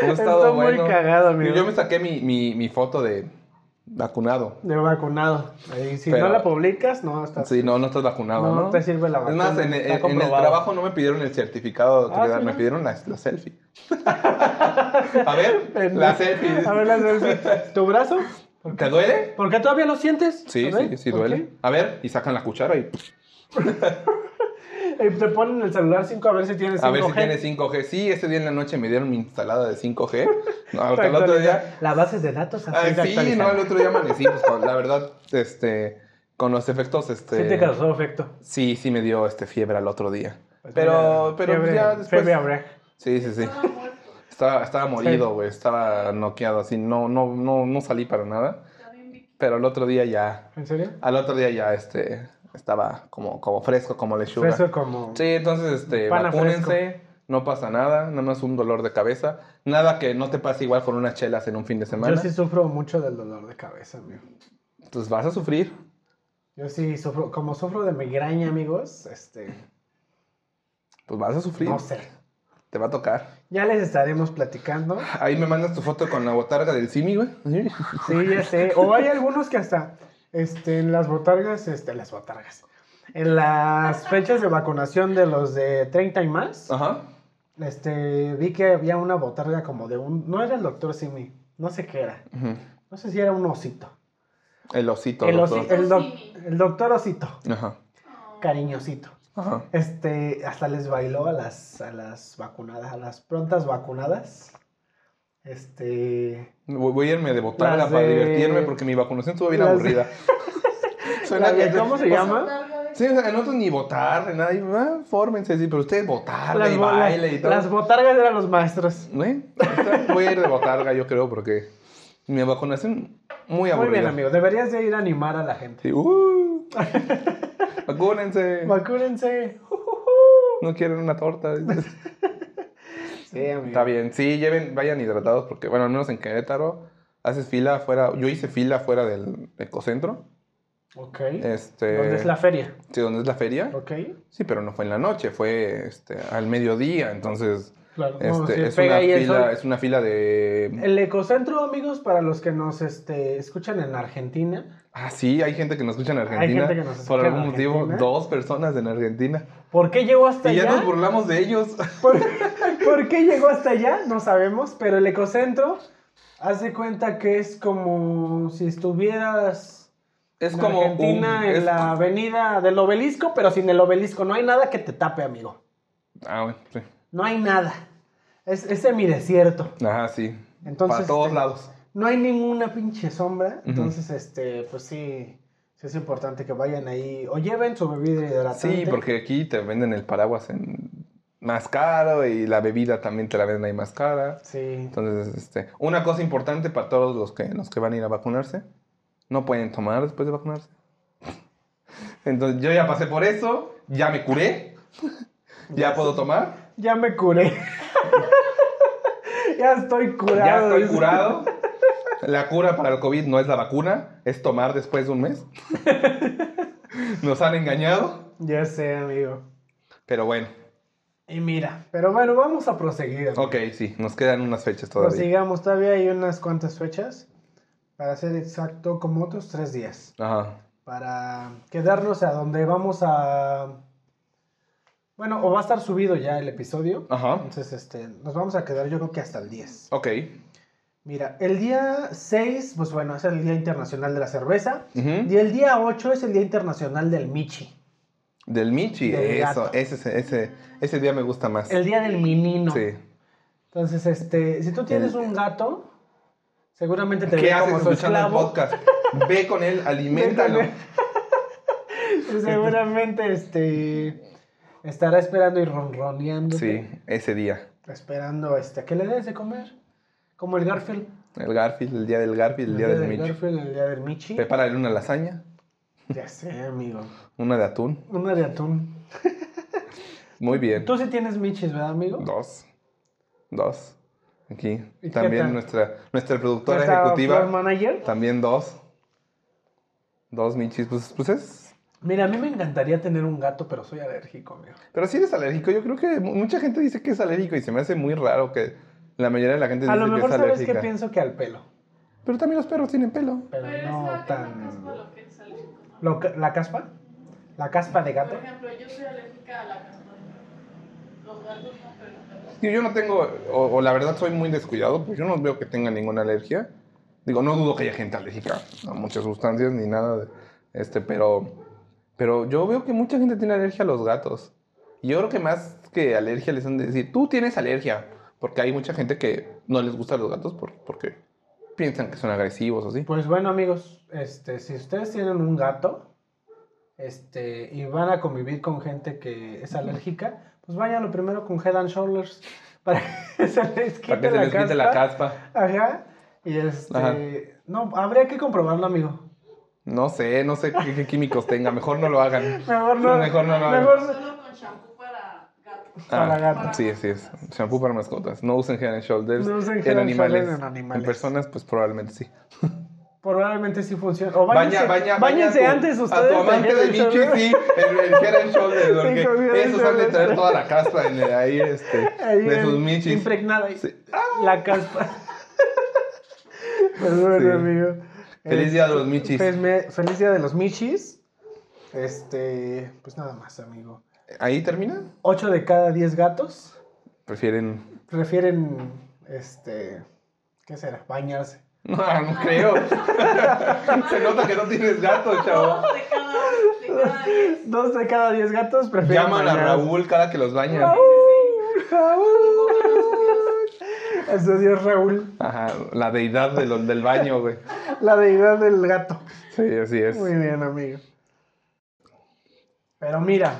Un Está estado muy bueno. cagado, amigo. Yo me saqué mi, mi, mi foto de vacunado. De vacunado. Y si Pero- no la publicas, no estás. Sí, no, no estás vacunado, ¿no? No te sirve la Es vacuna, más, en, en- está en el comprobado. trabajo no me pidieron el certificado de Ah, autoridad, sí, me ¿no? pidieron la, la selfie. A ver, la selfie. A ver, la selfie. ¿Tu brazo? ¿Te duele? ¿Por qué todavía lo sientes? Sí, ¿Te sí, sí ¿Por duele. A ver, y sacan la cuchara y qué? Eh, te ponen el celular 5 a ver si tienes 5G. A ver si tiene 5G. Sí, ese día en la noche me dieron mi instalada de 5G. No, hasta el otro día. La base de datos así Ay, de Ah, sí, actualizada. no, el otro día amanecí. pues, con- la verdad, este, con los efectos, este. Sí te causó efecto. Sí, sí me dio este fiebre al otro día. Pues Pero, mira, pero fiebre- ya después. fiebre habrá. Sí, sí, sí. Estaba muerto. Estaba, estaba molido, Sí. güey. Estaba noqueado, así. No, no, no, no salí para nada. También vi que Pero al otro día ya. ¿En serio? Al otro día ya, este, estaba como, como fresco, como lechuga. Eso como... Sí, entonces, este, Pana vacúnense, no pasa nada, nada más un dolor de cabeza, nada que no te pase igual con unas chelas en un fin de semana. Yo sí sufro mucho del dolor de cabeza, amigo. Entonces vas a sufrir. Yo sí sufro, como sufro de migraña, amigos, este, Pues vas a sufrir, no sé. te va a tocar. Ya les estaremos platicando. Ahí me mandas tu foto con la botarga del simi, güey. Sí, ya sé. O hay algunos que hasta, este, en las botargas, este, las botargas. En las fechas de vacunación de los de 30 y más, Ajá. este, vi que había una botarga como de un, no era el doctor Simi, no sé qué era. Ujú. No sé si era un osito. El osito, El, doctor. osi- el doc- Simi. el doctor osito, Ajá. cariñosito. Ajá. Este, hasta les bailó a las, a las vacunadas, a las prontas vacunadas. Este, Voy voy a irme de botarga Las para de- divertirme porque mi vacunación estuvo bien Las de- aburrida. La de- ¿cómo se Pues, o sea, llama? Sí, o sea, en otros ni botar, ni nada. y, ah, fórmense, sí, pero ustedes botarga las, y bo- baile y todo. las botargas eran los maestros. ¿Eh? Ahorita Voy a ir de botarga, yo creo, porque mi vacunación muy Muy aburrida. bien, amigo, deberías de ir a animar a la gente. Sí, ¡uh! Vacúnense. Vacúrense. No quieren una torta. Sí, amigo. Está bien. Sí, lleven, vayan hidratados, porque, bueno, al menos en Querétaro, haces fila afuera. Yo hice fila afuera del ecocentro. Ok. Este, ¿Dónde es la feria? Sí, donde es la feria. Ok. Sí, pero no fue en la noche, fue este, al mediodía. Entonces, Claro. no, este, sí, es, pega una ahí el fila, sol. es una fila de. El ecocentro, amigos, para los que nos este, escuchan en Argentina, Ah, sí, hay gente que nos escucha en Argentina. gente que nos escucha Por en algún motivo, Argentina. dos personas en Argentina. ¿por qué llegó hasta Y ya allá? nos burlamos de ellos. ¿Por, por qué llegó hasta allá? No sabemos, pero el ecocentro Haz de cuenta que es como si estuvieras Es en como un- Argentina en es- la avenida del obelisco, pero sin el obelisco. No hay nada que te tape, amigo. Ah, bueno, sí. No hay nada. Es, es semidesierto. Ajá, sí. Entonces, Para todos este, lados. No hay ninguna pinche sombra. Entonces, este, pues sí, sí es importante que vayan ahí o lleven su bebida hidratante. Sí, porque aquí te venden el paraguas en más caro y la bebida también te la venden ahí más cara. Sí. Entonces, este, una cosa importante para todos los que, los que van a ir a vacunarse, no pueden tomar después de vacunarse. Entonces, yo ya pasé por eso, ya me curé, ya puedo tomar, Ya me curé. ya estoy curado. ya estoy dice. curado. La cura para el COVID no es la vacuna, es tomar después de un mes. Nos han engañado, Ya sé, amigo. pero bueno, Y mira, pero bueno, vamos a proseguir. amigo. ok, sí, nos quedan unas fechas todavía. Prosigamos, todavía hay unas cuantas fechas. Para ser exacto, como otros tres días. Ajá. Para quedarnos a donde vamos a. Bueno, o va a estar subido ya el episodio. Ajá. Entonces, este, nos vamos a quedar yo creo que hasta el 10. Ok. Mira, el día 6, pues bueno, es el Día Internacional de la Cerveza. Ujú. Y el día 8 es el Día Internacional del Michi. Del Michi, Del eso, gato. ese, ese- ese, ese día me gusta más. El Día del Menino. Sí. Entonces, este, si tú tienes El- un gato, seguramente te ¿Qué ve haces como su escuchando el esclavo. podcast? Ve con él, aliméntalo. Ve Y seguramente este, estará esperando y ronroneando. Sí, ese día. Esperando este, a que le des de comer. Como el Garfield. El Garfield, el día del Garfield, el día del Michi. Garfield, el día del Michi. Prepárale una lasaña, Ya sé, amigo. una de atún. Una de atún. Muy bien. Tú sí tienes michis, ¿verdad, amigo? Dos. Dos. Aquí. ¿Y qué También tal? nuestra, nuestra productora Nuestra floor ejecutiva. manager. También dos. Dos Michis. Pues, pues es. Mira, a mí me encantaría tener un gato, pero soy alérgico, amigo. Pero si eres alérgico, yo creo que mu- mucha gente dice que es alérgico y se me hace muy raro que la mayoría de la gente A dice lo mejor que es sabes que alérgica. pienso que al pelo, Pero también los perros tienen pelo. pero Pero no es la tan... caspa lo que es alérgico. ¿no? Lo ca- ¿La caspa? ¿La caspa de gato? Por ejemplo, yo soy alérgica a la caspa de gato. Los gatos no, pero los gatos. Yo, yo no tengo, o, o la verdad soy muy descuidado, pues yo no veo que tenga ninguna alergia. Digo, no dudo que haya gente alérgica a muchas sustancias ni nada, de- este, pero, pero yo veo que mucha gente tiene alergia a los gatos. Y yo creo que más que alergia les han de decir, tú tienes alergia, porque hay mucha gente que no les gustan los gatos por- porque piensan que son agresivos o así. Pues bueno, amigos, este, si ustedes tienen un gato este, y van a convivir con gente que es alérgica, pues váyanlo primero con Head and Shoulders para que se les quite, Para que se la, les caspa. quite la caspa. Ajá. Y este... Ajá. No, habría que comprobarlo, amigo. No sé, no sé qué, qué químicos tenga, mejor no lo hagan. Mejor no. Mejor no lo hagan. mejor- Solo con shampoo para gatos. Para gatos. Ah, Sí, así es. Shampoo para mascotas. No usen Head and Shoulders. No usen Head en and animales. Shoulders en animales. En personas, pues probablemente sí. Probablemente sí funciona. O Baña, báñense, baña, baña. báñense a tu- antes A ustedes. tu amante Head de and Michi, Shoulders. sí. El, el Head and Shoulders. Porque Sí, con Head and esos han de traer Shoulders. toda la caspa en el- ahí, este. Ahí de en- sus Michis. Impregnada. ahí. Sí. La caspa. Pues bueno, Sí. amigo. Feliz Eh, día de los Michis. pues me- feliz día de los michis. Este, pues nada más, amigo. ¿Ahí termina? 8 de cada 10 gatos Prefieren. prefieren, este, ¿qué será? Bañarse. No, no creo. Se nota que no tienes gato, chavo. Dos de cada, de cada diez. Dos de cada 10 gatos prefieren Llaman a bañarse. Raúl cada que los bañan. Raúl, Raúl. Ese sí es Raúl, Ajá, la deidad de los- del baño, güey. la deidad del gato. Sí, así es. Muy bien, amigo. Pero mira,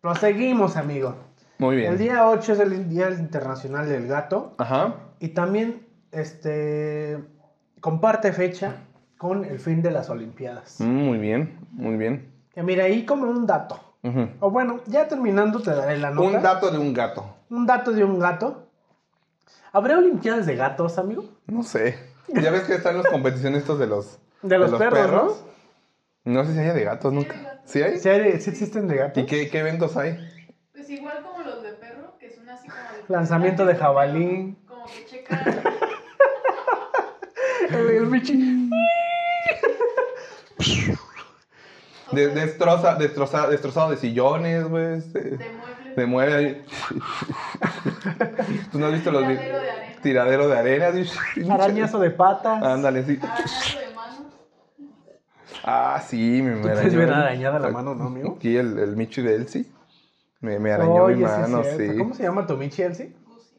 proseguimos, amigo. Muy bien. El día 8 es el Día Internacional del Gato. Ajá. Y también este, comparte fecha con el fin de las Olimpiadas. Mm, Muy bien, muy bien. Que mira, ahí como un dato. Ujú. O bueno, ya terminando te daré la nota. Un dato de un gato. Un dato de un gato. ¿Habrá Olimpiadas de gatos, amigo? No sé. Ya ves que están las competiciones estos de los, De los perros, ¿no? sé si haya de gatos nunca. ¿Sí hay? Sí, hay- sí existen de gatos. ¿Y qué, qué eventos hay? Pues igual como los de perro, que son así como... de- Lanzamiento de jabalí. Como que checa... El, el bichi. De- destroza, destroza, destrozado de sillones, güey. este, De muebles. De mueve ahí. ¿Tú no has visto los vi- Llavero de arena. Tiradero de arena. Arañazo de patas. Ándale, sí. Arañazo de manos. Ah, sí, me, me ¿Tú puedes arañó ver el- arañada la mano, no, amigo? Aquí el, el Michi de Elsie. Me, me arañó mi Oye, sí es mano, cierto. sí. ¿Cómo se llama tu Michi Elsie?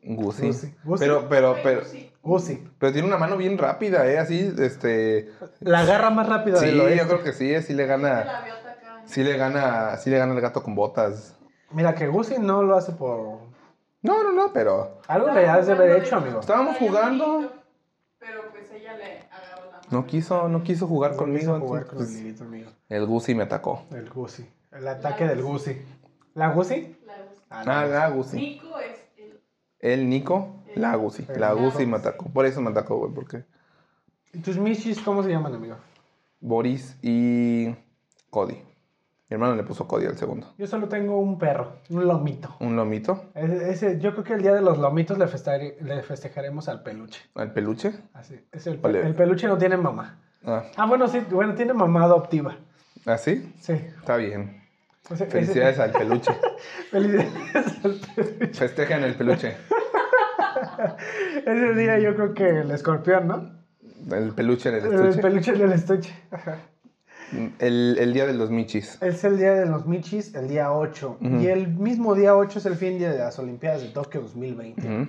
Gucci. Gusi. Gusi. Gusi. Pero, pero, pero, Sí. Gusi. pero tiene una mano bien rápida, ¿eh? Así, este. La garra más rápida Sí, del yo oeste. creo que sí, eh, sí le Yo gana. la veo atacada. Sí le gana, sí le gana el gato con botas. Mira, que Gusi no lo hace por... No, no, no, pero. Algo le has de haber hecho, amigo. Estábamos Traía un jugando. hilito, Pero pues ella le agarró la mano. No quiso, no quiso jugar No conmigo. quiso jugar entonces, pues, conmigo, amigo. el Gusi me atacó. El Gusi. El ataque del Gusi. ¿La Gusi? La Gucci. Ah, la Gusi. Nico es el. El Nico, la Gusi. El La Nico. Gusi me atacó. Por eso me atacó, güey, porque. ¿Y tus Michis cómo se llaman, amigo? Boris y Cody. Mi hermano le puso Cody al segundo. Yo solo tengo un perro, un lomito. Un lomito Ese, ese- yo creo que el día de los lomitos le, festare- le festejaremos al peluche. al peluche. Así, es el, Vale. el peluche no tiene mamá. Ah, Ah, bueno, sí, bueno, tiene mamá adoptiva. ¿así? Sí. Está bien. Ese- ese- Felicidades al peluche. felicidades al peluche. Festejen el peluche. Ese día yo creo que el escorpión, ¿no? El peluche en el El estuche. peluche del estuche. El, el día de los michis. Es el día de los Michis, el día 8. Ujú. Y el mismo día 8 es el fin de las Olimpiadas de Tokio 2020. Ujú.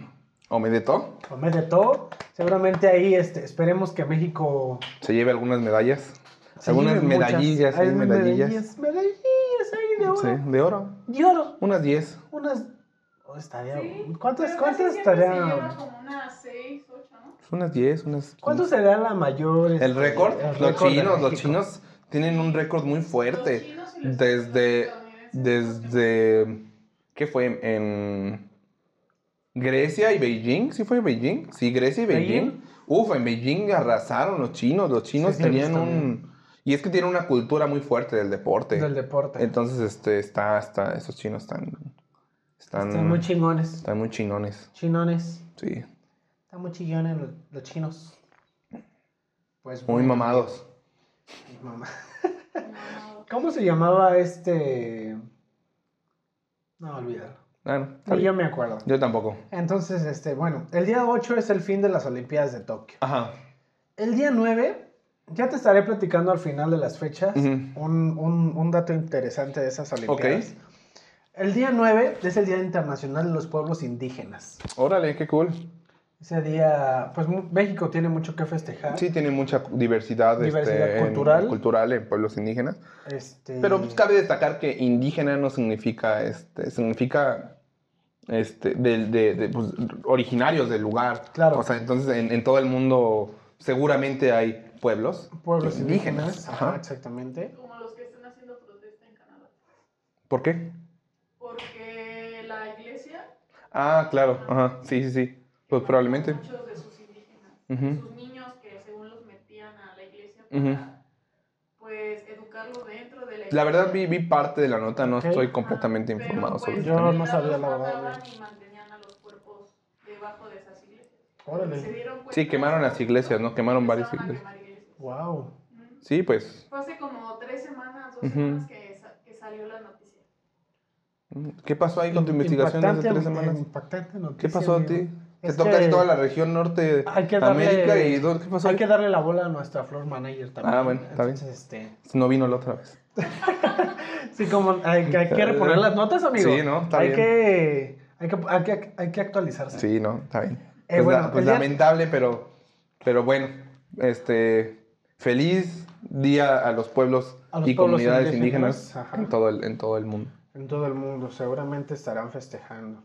¿O me de todo? Comer de todo. Seguramente ahí este, esperemos que México Se lleve algunas medallas. se algunas lleve muchas. medallillas. sí, Hay medallillas. medallillas. Medallillas ahí de oro. Sí, de oro. Y oro. Unas 10. Unas. oh, estaría- Sí, ¿Cuántas, pero cuántas casi siempre se estaría- lleva como unas 6, 8, ¿no? Unas 10, unas. ¿Cuánto será la mayor? este, El récord, el los récord de chinos, los México? chinos tienen un récord muy Los fuerte. chinos y los Desde, estadounidenses, desde, ¿qué fue? En Grecia y Beijing, ¿sí fue en Beijing? Sí, Grecia y Beijing. Beijing. Uf, en Beijing arrasaron los chinos, los chinos sí, tenían pues, también. un... Y es que tienen una cultura muy fuerte del deporte. Del deporte. Entonces, este, está, está, esos chinos están, están, Están muy chingones. están muy chinones, Chinones. sí, Están muy chillones los, los chinos. Pues muy bueno, mamados. mamá. No, ¿Cómo se llamaba este? No, olvídalo. Ah, no, está Ni bien. yo me acuerdo. yo tampoco. Entonces, este, bueno, el día 8 es el fin de las Olimpiadas de Tokio. Ajá. El día 9, ya te estaré platicando al final de las fechas Ujú. un, un- un dato interesante de esas Olimpiadas. El día 9 es el Día Internacional de los Pueblos Indígenas. Órale, qué cool. Ese día, pues mu- México tiene mucho que festejar. Sí, tiene mucha diversidad, Diversidad este, en- cultural. cultural en pueblos indígenas. Este, Pero pues, cabe destacar que indígena no significa, este, significa este, de, de- de, pues, originarios del lugar. Claro. O sea, entonces en, en todo el mundo seguramente hay pueblos. pueblos indígenas, Ajá. ajá, exactamente. como los que están haciendo protesta en Canadá. ¿Por qué? Porque la iglesia. Ah, claro. Ajá. Sí, sí, sí. Pues probablemente. Muchos de sus indígenas. Ujú. Sus niños que según los metían a la iglesia para. Ujú. Pues educarlos dentro de la iglesia. La verdad vi, vi parte de la nota, no Ok. estoy Ajá, completamente pero, informado pues, sobre el Yo tema. no también sabía los la verdad, mataban güey. Y mantenían a los cuerpos debajo de esas iglesias. Se Órale. dieron cuenta Sí, quemaron de las iglesias, ¿no? Quemaron varias Empezaron a iglesias. quemar iglesias. Wow. Ujú. Sí, pues Fue hace como tres semanas, dos Ujú. semanas que, sa- que salió la noticia. ¿Qué pasó ahí con tu investigación hace Impactante- tres semanas? Impactante ¿Qué noticia, pasó a amigo. ti? Te Es toca que toda la región norte de Este, Hay que darle, América y do- ¿qué pasó? hay ahí? que darle la bola a nuestra floor manager también. Ah, bueno, está bien. Entonces, este, No vino la otra vez. sí, como hay, que- hay que reponer las notas, amigo. Sí, ¿no? Está hay bien. Que, hay, que, hay, que, hay que actualizarse. Sí, no, está bien. Eh, pues bueno, la- pues el día- lamentable, pero, pero bueno, este, feliz día a los pueblos A los y pueblos comunidades indígenas, indígenas, ajá. en, todo el, en todo el mundo. En todo el mundo, seguramente estarán festejando.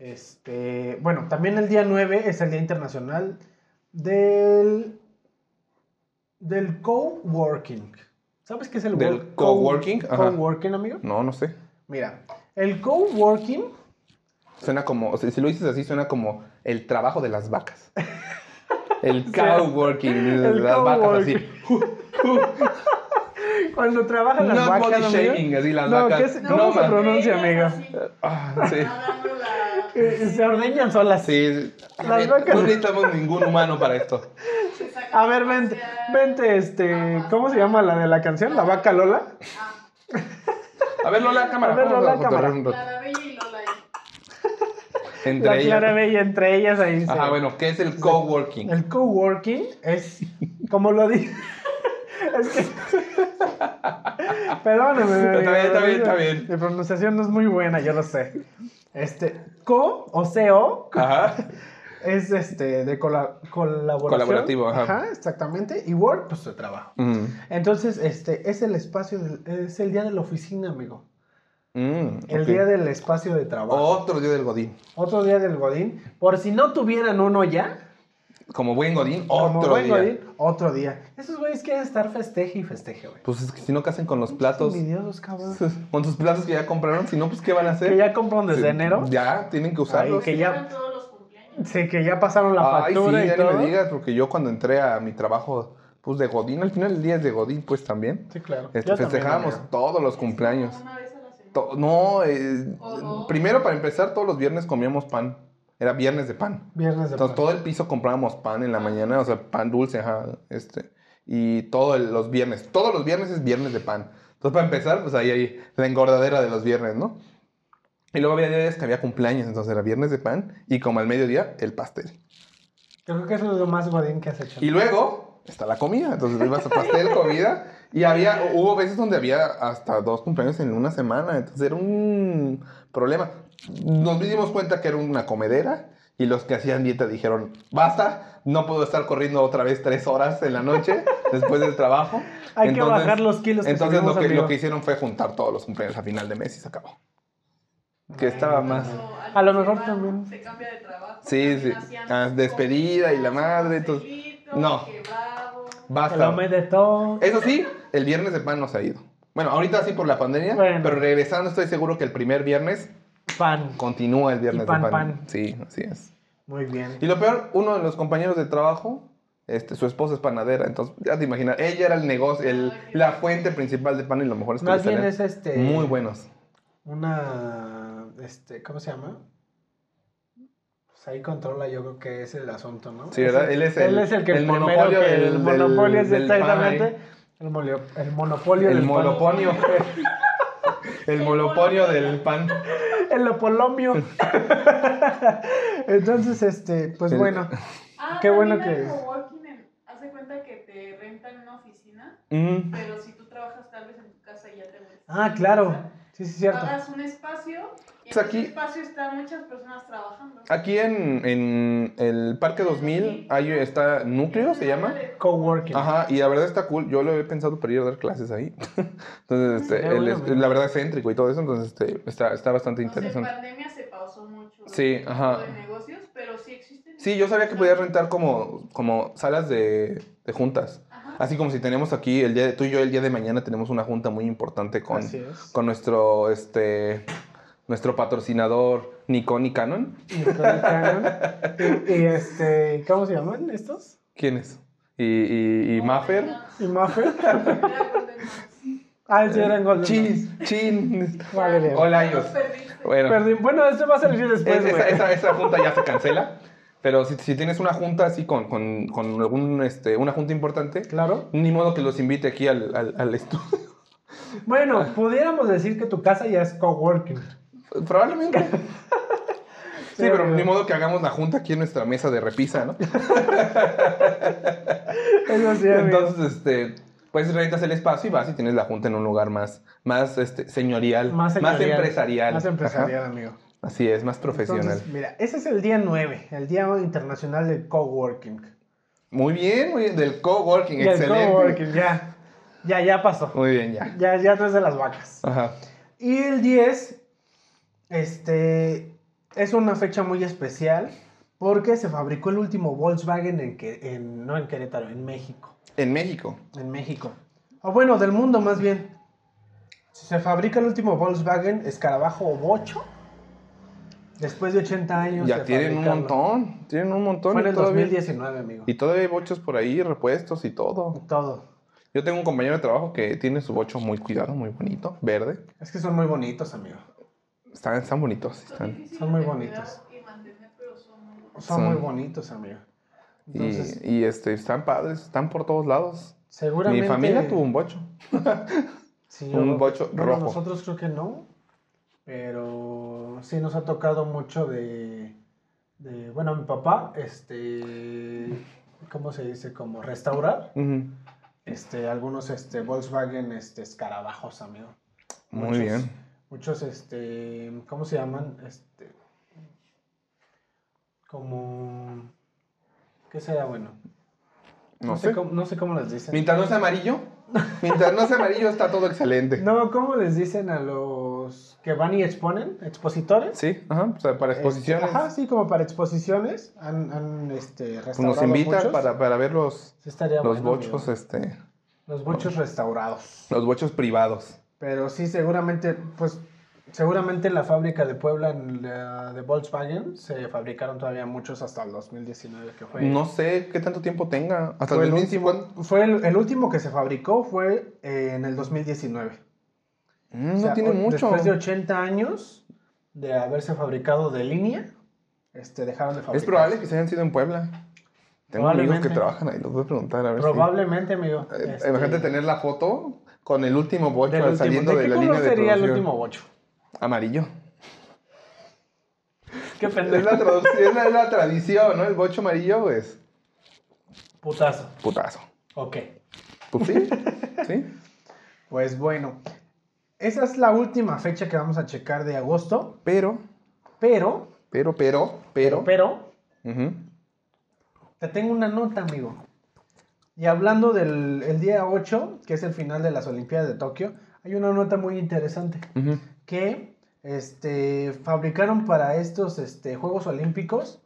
Este, bueno, también el día 9 es el Día Internacional del, del Coworking. ¿Sabes qué es el ¿Del work- coworking? Ajá. Coworking, amigo. No, no sé. Mira, el coworking Suena como, o sea, si lo dices así, suena como el trabajo de las vacas. El Sí. cowworking, de El las vacas así. Cuando trabajan las Not vacas, body amigo. shaming, así las No, vacas. ¿qué se- ¿Cómo No, se man. pronuncia, amiga? amiga? Ah, sí. Nadando la... Eh, Se ordeñan solas. Sí, Las a ver, vacas. no necesitamos ningún humano para esto. se saca A ver, vente, pasear. vente, este, ¿cómo se llama la de la canción? La vaca Lola. Ah, A ver, Lola, cámara. A ver, vamos Lola, cotorrear cámara. un rato. la de Bella y Lola. ahí. La Entre Clara ellas. Bey entre ellas ahí. se- Ajá, bueno, ¿qué es el coworking? El coworking es, como lo dije, es que... Perdóname. mi Está bien, está bien, está pronunciación- bien. Mi pronunciación no es muy buena, yo lo sé. Este, co o co Ajá. es este de cola, colaboración. Colaborativo, ajá. exactamente. Y work, pues de trabajo. Mm. Entonces, este, es el espacio, del- es el día de la oficina, amigo. Mm, El ok. Oh. día del espacio de trabajo. Otro día del Godín. Otro día del Godín. Por si no tuvieran uno ya, Como buen Godín, Como otro buen día. godín, otro día. Esos güeyes quieren estar festeje y festeje, güey. Pues es que si no casan con los platos, Envidiosos, cabrón. con sus platos que ya compraron, si no, pues ¿qué van a hacer? Que ya compraron desde Sí, enero. Ya, tienen que Ay, usarlos. que ya, todos los cumpleaños. sí, que ya pasaron la Ay, factura sí, y ya ni todo. me digas, porque yo cuando entré a mi trabajo, pues de Godín, al final el día es de Godín, pues también. Sí, claro. Este, Yo también, festejábamos amigo. todos los cumpleaños. Una vez a la semana. To- no, eh, Ojo. primero para empezar, todos los viernes comíamos pan. Era viernes de pan. Viernes de pan. Entonces todo el piso comprábamos pan en la mañana, o sea, pan dulce, ajá, este. Y todos los viernes, todos los viernes es viernes de pan. Entonces para empezar, pues ahí hay la engordadera de los viernes, ¿no? Y luego había días que había cumpleaños, entonces era viernes de pan y como al mediodía, el pastel. Yo creo que eso es lo más godín que has hecho. Y luego está la comida. Entonces ibas a pastel, comida. Y había, hubo veces donde había hasta dos cumpleaños en una semana. Entonces era un problema. Nos dimos cuenta que era una comedera. Y los que hacían dieta dijeron, basta, no puedo estar corriendo otra vez tres horas en la noche después del trabajo. Hay que bajar los kilos que Entonces subimos, lo que, amigo. lo que hicieron fue juntar todos los cumpleaños a final de mes y se acabó. Que estaba más... Cuando alguien A lo se mejor va, también. Se cambia de trabajo. Sí, también sí. hacían Ah, despedida y la madre, entonces- pastelito, No. que bravo. Que Basta. lo me de todo. Eso sí, el viernes de pan no se ha ido. Bueno, ahorita sí por la pandemia, Bueno. pero regresando estoy seguro que el primer viernes Pan. continúa el viernes Y pan, de pan. pan. Sí, así es. Muy bien. Y lo peor, uno de los compañeros de trabajo, este, su esposa es panadera, entonces ya te imaginas, ella era el negocio, el- la fuente principal de pan y lo mejor es que Más le bien salían es este. muy buenos. Una. Este, ¿Cómo se llama? Pues ahí controla, yo creo que es el asunto, ¿no? Sí, ¿verdad? Él es el- que el primero monopolio que el del- monopolio es del- del pan ahí. exactamente. El, molio- el monopolio El del pan. moloponio. El El moloponio del pan. El lopolomio. Entonces, este, pues El- bueno. Ah, Qué bueno también que- hay coworking en- Haz de cuenta que te rentan una oficina, Mm, pero si tú trabajas tal vez en tu casa y ya te vuelves. a Ah, tu claro. casa, Sí, sí, cierto. Pagas un espacio y Pues en aquí- ese espacio están muchas personas trabajando. Aquí en, en el Parque 2000 ahí está Núcleo, se llama. Coworking. Ajá, y la verdad está cool. Yo lo he pensado para ir a dar clases ahí. entonces, este, Qué él bueno, es- mira. la verdad es céntrico y todo eso, entonces este, está, está bastante O interesante. sea, en pandemia se pausó mucho Sí, el tipo ajá. de negocios, pero sí existen. Sí, yo sabía que podías rentar como, como salas de, de juntas. Ajá. Así como si tenemos aquí, el día de, tú y yo el día de mañana tenemos una junta muy importante con, Así es. con nuestro, este, nuestro patrocinador Nikon y Canon. Y, con el canon. Y- y, este, ¿cómo se llaman estos? ¿Quién es? Y, y, y Maffer. Y Maffer. Era Golden Max. Ah, el Eh, señor Golden. Chis, chin. Vale, bien. Hola, Ya los ellos. Pues, perdiste. Bueno. Perdí- Bueno, esto va a salir después, Es- Pues, güey. esa, esa- esa junta ya se cancela. Pero si, si tienes una junta así con, con- con algún, este, una junta importante, Claro. ni modo que los invite aquí al, al, al estudio. Bueno, pudiéramos decir que tu casa ya es coworking. Probablemente. Sí, pero amigo. ni modo que hagamos la junta aquí en nuestra mesa de repisa, ¿no? Eso sí, amigo. Entonces, este, pues rentas el espacio y vas y tienes la junta en un lugar más, más este, señorial, más, empresarial. Más empresarial, amigo. Ajá. Así es, más profesional. Entonces, mira, ese es el día 9, el Día Internacional del Coworking. muy bien, muy bien. Del coworking, Ya, el excelente. coworking, ya. Ya, ya pasó. Muy bien, ya. Ya, ya no es de las vacas. Ajá. Y el 10, este, es una fecha muy especial porque se fabricó el último Volkswagen en, que, en- no en Querétaro, en México. En México. En México. O bueno, del mundo más bien. Se fabrica el último Volkswagen Escarabajo Bocho. Después de 80 años. Ya de tienen un fabricarlo. montón, tienen un montón. Fue en y el todavía- 2019, amigo. Y todavía hay bochos por ahí, repuestos y todo. Todo. Yo tengo un compañero de trabajo que tiene su bocho muy cuidado, muy bonito, verde. Es que son muy bonitos, amigo. Están, están bonitos, están. difíciles son muy de cuidar bonitos. Y mantener, pero son muy bonitos. Son Son- muy bonitos, amigo. Y- Entonces, y, este, están padres, están por todos lados. Mi seguramente. familia tuvo un bocho. Sí, un yo- bocho bueno, rojo. Nosotros creo que no. Pero sí nos ha tocado mucho de, de, bueno, mi papá, este, ¿cómo se dice? Como restaurar, Ujú. este, algunos, este, Volkswagen, este, escarabajos, amigo. Muy Muchos- bien. Muchos, este, ¿cómo se llaman? Este, como, ¿qué será bueno? No, sé. cómo, no sé cómo les dicen. Mientras no sea amarillo, mientras no sea amarillo está todo excelente. No, ¿cómo les dicen a los que van y exponen? ¿Expositores? Sí, ajá, o sea, para Este, exposiciones. ajá, sí, como para exposiciones. Han, han este, Pues restaurado nos invitan muchos. para, para ver los, Sí estaría los bueno, bochos, amigo. este, Los bochos restaurados. los bochos privados. Pero sí, seguramente, pues, seguramente en la fábrica de Puebla, en la de Volkswagen, se fabricaron todavía muchos hasta el 2019, que fue... No sé qué tanto tiempo tenga. Hasta Fue el pues, el 2050. Fue el, el último que se fabricó fue eh, en el 2019. Mm, O sea, no tiene o- mucho. Después de 80 años de haberse fabricado de línea, este, dejaron de fabricar. Es probable que se hayan sido en Puebla. Tengo amigos Probablemente. que trabajan ahí, los voy a preguntar a ver si- Probablemente, amigo. Eh, este, Imagínate tener la foto con el último bocho del último. saliendo ¿De de, qué la color línea de sería el producción. último bocho? Amarillo. Qué Es pendejo. la, traducción, es la, es la tradición, ¿no? El bocho amarillo, pues, Putazo. putazo. Ok. Pues sí, sí. Pues bueno, esa es la última fecha que vamos a checar de agosto, Pero, pero, pero, pero, pero. pero, pero, Ujú. te tengo una nota, amigo. Y hablando del el día 8, que es el final de las Olimpiadas de Tokio, hay una nota muy interesante. Ujú. que este, fabricaron para estos este, Juegos Olímpicos,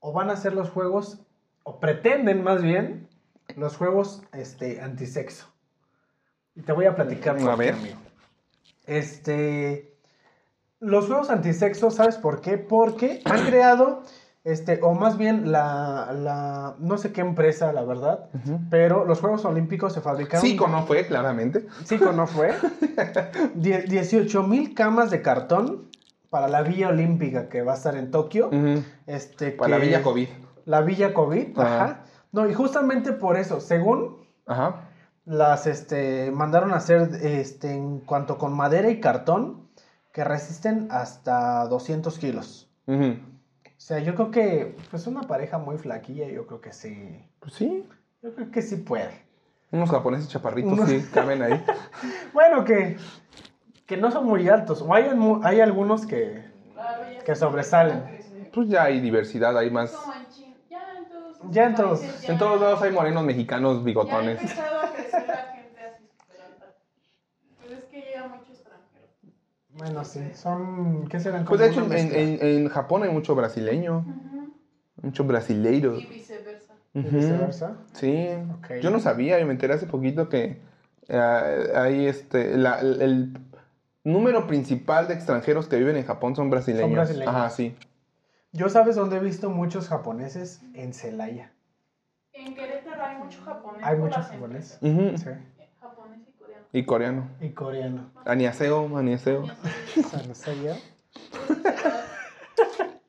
o van a ser los Juegos, o pretenden más bien, los Juegos este, antisexo. Y te voy a platicar por A qué, ver. amigo. Este, los Juegos antisexo, ¿sabes por qué? Porque han creado, este, o más bien la, la, no sé qué empresa, la verdad, Ujú. pero los Juegos Olímpicos se fabricaron... Sí, como fue, claramente. Sí, con no fue. 18 mil camas de cartón para la Villa Olímpica que va a estar en Tokio. Este, Mm. Para la que- Villa COVID. La Villa COVID, Ajá. ajá. No, y justamente por eso, según Ajá. las este, mandaron a hacer este, en cuanto con madera y cartón, que resisten hasta 200 kilos. Ujú. O sea, yo creo que, pues una pareja muy flaquilla, yo creo que sí. Pues sí. Yo creo que sí puede. Unos japoneses chaparritos, Unos- sí, caben ahí. Bueno, que, que no son muy altos. O hay, mu- hay algunos que, Ah, Que sobresalen. Pues ya hay diversidad, hay más. Como en China. Ya en todos. Ya en todos- países ya- En todos lados hay morenos mexicanos Ya ha bigotones. empezado a crecer la gente así súper alta. Pero es que llega mucho extranjero. Bueno, sí, son. ¿Qué serán? Pues Como de hecho, una en, mezcla. en- en Japón hay mucho brasileño, mucho brasileiro. Y viceversa. Y Ujú. viceversa. Sí. Ok. Yo no sabía, yo me enteré hace poquito que eh, hay este. la- el, el número principal de extranjeros que viven en Japón son brasileños. brasileños. Ajá, sí. Yo sabes dónde he visto muchos japoneses en Celaya. En Querétaro hay mucho japonés. Hay por muchos las japoneses. Ujú. Sí. empresas. Japonés y coreano. Y coreano. Y coreano. Aniaseo, aniaseo. Ya sé, O sea, no sé yo.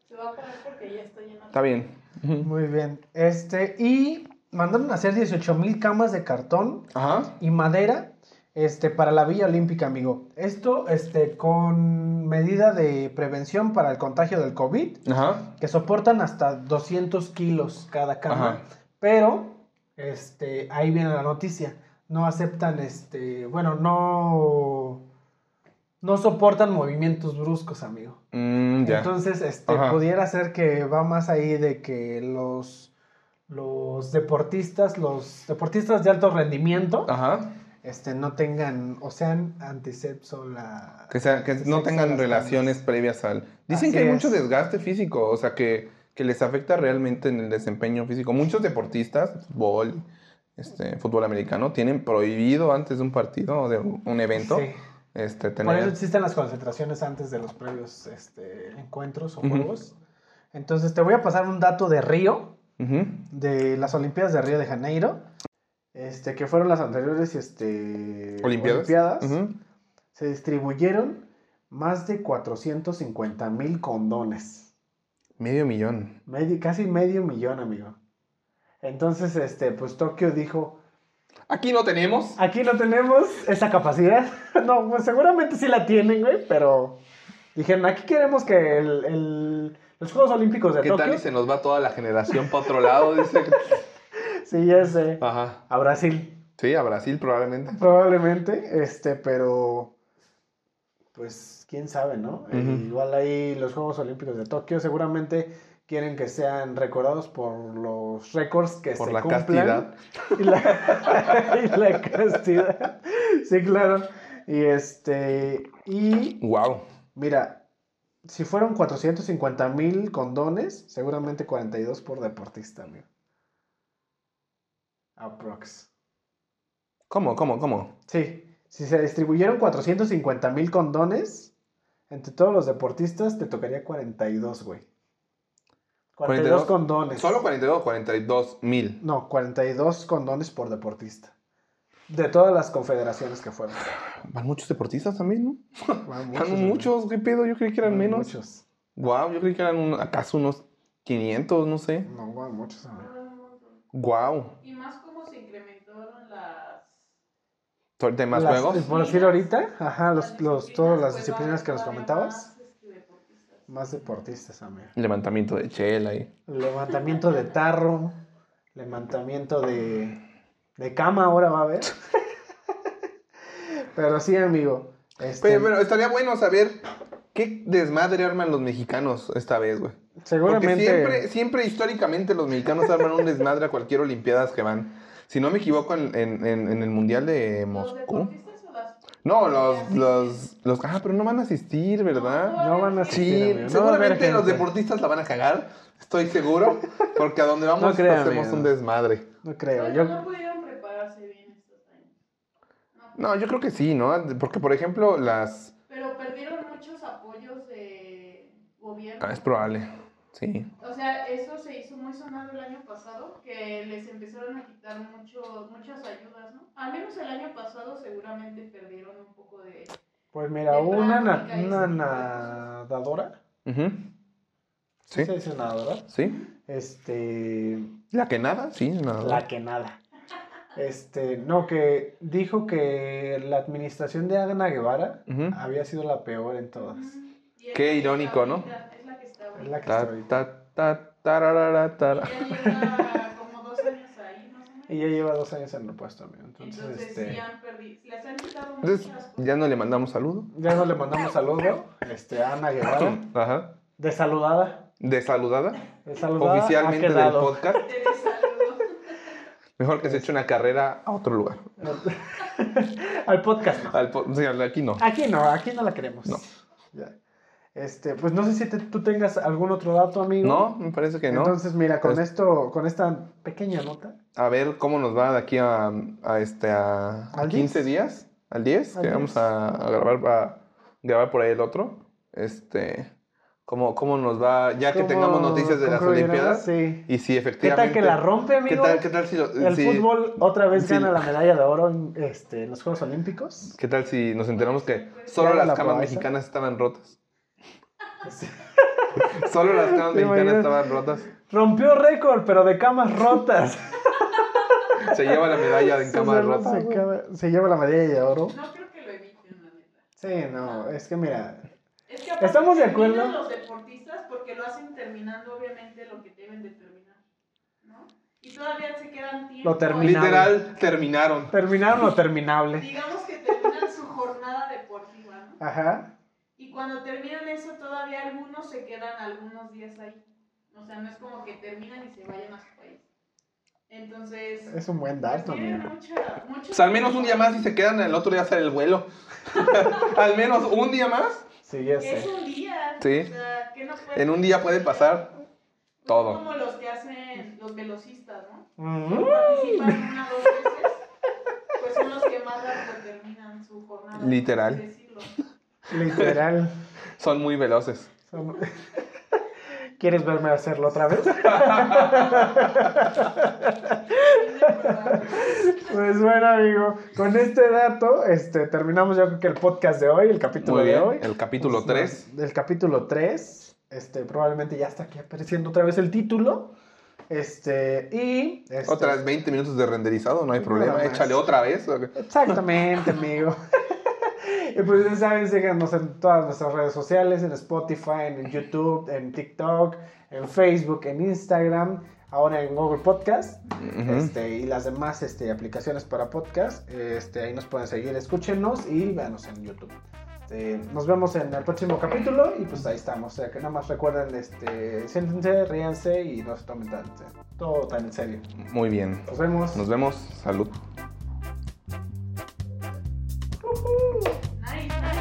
Se va a parar porque ya está lleno. Está bien. Ujú. Muy bien. Este, y mandaron a hacer 18 mil camas de cartón Ajá. y madera este, para la Villa Olímpica, amigo. Esto este, con medida de prevención para el contagio del COVID, Ajá. que soportan hasta 200 kilos cada cama. Ajá. Pero, este, ahí viene la noticia. No aceptan, este, bueno, no, no soportan movimientos bruscos, amigo. Mm, ya. Entonces, este, Ajá. pudiera ser que va más ahí de que los, los deportistas, los deportistas de alto rendimiento, Ajá. este, no tengan, o sean antisepso la... Que, sea, que no Sexo tengan las relaciones previas al... Dicen Así que hay es. mucho desgaste físico, o sea, que, que les afecta realmente en el desempeño físico. Muchos deportistas, fútbol, este, fútbol americano, tienen prohibido antes de un partido o de un evento Sí. este, Por eso tener... existen las concentraciones antes de los previos este, encuentros o Ujú. juegos. Entonces, te voy a pasar un dato de Río. Ujú. de las Olimpiadas de Río de Janeiro, este, que fueron las anteriores este, Olimpiadas. Olimpiadas, Ujú. se distribuyeron más de 450 mil condones. Medio millón. Medio- casi medio millón, amigo. Entonces, este, pues Tokio dijo, Aquí no Ah, tenemos. aquí no tenemos esa capacidad. no, pues seguramente sí la tienen, güey, pero Dijeron, aquí queremos que el- el- los Juegos Olímpicos de ¿Qué tal Tokio... y se nos va toda la generación para otro lado? Dice. Sí, ya sé. Ajá. A Brasil. Sí, a Brasil probablemente. Probablemente, este, pero pues quién sabe, ¿no? Eh, Ujú. Igual ahí los Juegos Olímpicos de Tokio seguramente quieren que sean recordados por los récords que Por se la cumplan. Y la, y la castidad. Sí, claro. Y este, y Wow. mira, si fueron 450 mil condones, seguramente 42 por deportista, amigo. Aprox. ¿Cómo, cómo, cómo? Sí, si se distribuyeron 450 mil condones, entre todos los deportistas te tocaría 42, güey. 42 42. condones. Solo 42 o 42 mil. No, 42 condones por deportista. De todas las confederaciones que fueron. Van muchos deportistas también, ¿no? Van Van muchos, ¿qué pedo? Yo creí que eran van menos. Muchos. Wow, yo creí que eran un- acaso unos 500, no sé. No, van muchos. amigo. Fueron un montón. Wow. Y más como se incrementaron las... ¿Suerte más Las- juegos? Por decir ahorita, ajá, Ah, los, las los, disciplinas, todas las pues, disciplinas va que nos todavía comentabas, más, este, deportistas. más deportistas, amigo. Levantamiento de chela y... Levantamiento de tarro, levantamiento de, de cama, ahora va a haber. Pero sí, amigo. este, Pero, pero estaría bueno saber qué desmadre arman los mexicanos esta vez, güey. Porque seguramente. siempre, siempre históricamente los mexicanos arman un desmadre a cualquier olimpiadas que van. Si no me equivoco, en, en- en- en el Mundial de ¿Los Moscú. deportistas o las... No, los, los, los... Ah, pero no van a asistir, ¿verdad? No van a asistir, Sí, amigo, no va a haber seguramente los gente. deportistas la van a cagar, estoy seguro. Porque a donde vamos No creo, hacemos amigo. un desmadre. No Pero creo. Pues, no Yo, pudieron prepararse bien estos años. No, No, yo creo que sí, ¿no? Porque, por ejemplo, las... Pero perdieron muchos apoyos de gobierno. Ah, es probable, sí. O sea, eso se hizo muy sonado el año pasado, que les empezaron a quitar mucho, muchas ayudas, ¿no? Al menos el año pasado seguramente perdieron un poco de... pues mira, de una, na- práctica y una ese tipo de nadadora. Ujú. Sí, Se dice nadadora. sí. Este. La que nada, sí, nada. La que nada. Este. No, que dijo que la administración de Ana Guevara Ujú. había sido la peor en todas. Y es Qué la que irónico, está ¿no? ahorita, Es la que está Es la ahorita. que está Ta, ahorita. ta, ta, tararara, tara. Y Ya lleva como dos años ahí, más o menos. Y ya lleva dos años en el puesto, amigo. Entonces, Entonces, este. sí han perdido, les han quitado muchas Entonces, cosas. ya no le mandamos saludo. Ya no le mandamos saludo este, a Ana Guevara. Ajá. De saludada. Desaludada. De saludada Oficialmente ha del quedado. podcast. Te saludo. Mejor que se eche una carrera a otro lugar. Al podcast no. Al po- o sea, aquí no. Aquí no, aquí no la queremos. No. Ya. Este, pues no sé si te- tú tengas algún otro dato, amigo. No, me parece que no. Entonces, mira, con Es- esto, con esta pequeña nota, A ver cómo nos va de aquí a, a este a, a ¿Al 15 10? días. Al 10, Al que 10. vamos a, a grabar a grabar por ahí el otro. Este cómo, cómo nos va ya que ¿cómo tengamos noticias de las concluiremos? olimpiadas. Sí. Y si ¿Qué tal efectivamente que la rompe, ¿Qué amigo? tal, qué tal si lo- El si- fútbol otra vez Sí. gana la medalla de oro en, este, en los Juegos Olímpicos. ¿Qué tal si nos enteramos que solo Ya las la camas probé, mexicanas estaban rotas? Sí. Solo las camas ¿Te mexicanas imaginas? estaban rotas. Rompió récord, pero de camas rotas. Se lleva la medalla de Se camas lleva- rotas. se lleva- se lleva la medalla de oro. No creo que lo eviten, la neta. Sí, no, es que mira, Es que aparte Estamos de terminan acuerdo. los deportistas porque lo hacen terminando obviamente lo que deben de terminar, ¿no? Y todavía se quedan tiempo. Lo terminan. Literal, terminaron. terminaron lo terminable. Digamos que terminan su jornada deportiva, ¿no? Ajá. Y cuando terminan eso todavía algunos se quedan algunos días ahí. O sea, no es como que terminan y se vayan a su país. Entonces, Es un buen pues dato, tienen amigo. mucha, mucho Pues al menos un día más y se quedan, el otro día sale el vuelo. al menos un día más. Sí, ya Es sé. un día. Sí. O sea, ¿qué no puede pues, En un día puede pasar todo. Como los que hacen los velocistas, ¿no? Mm. participan una o dos veces, pues son los que más rápido terminan su jornada. por Literal. así decirlo. Literal. Son muy veloces. Son- ¿Quieres verme hacerlo otra vez? Pues bueno, amigo, con este dato este, terminamos yo creo que el podcast de hoy, el capítulo Muy de bien. hoy. El capítulo Pues, 3. no, El capítulo 3. Este, probablemente ya está aquí apareciendo otra vez el título. Este, y. este, Otras 20 minutos de renderizado, no hay Nada problema. más. Échale otra vez. Exactamente, amigo. Y pues ya saben, síganos en todas nuestras redes sociales, en Spotify, en YouTube, en TikTok, en Facebook, en Instagram, ahora en Google Podcast Ujú. este, y las demás este, aplicaciones para podcast. Este, ahí nos pueden seguir, escúchenos y véanos en YouTube. Este, nos vemos en el próximo capítulo y pues ahí estamos. O sea, que nada más recuerden, este, siéntense, ríanse y no se tomen tan- todo tan en serio. Muy bien. Nos vemos. Nos vemos. Salud.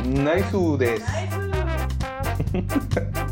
Nice, nice. Nice Nice.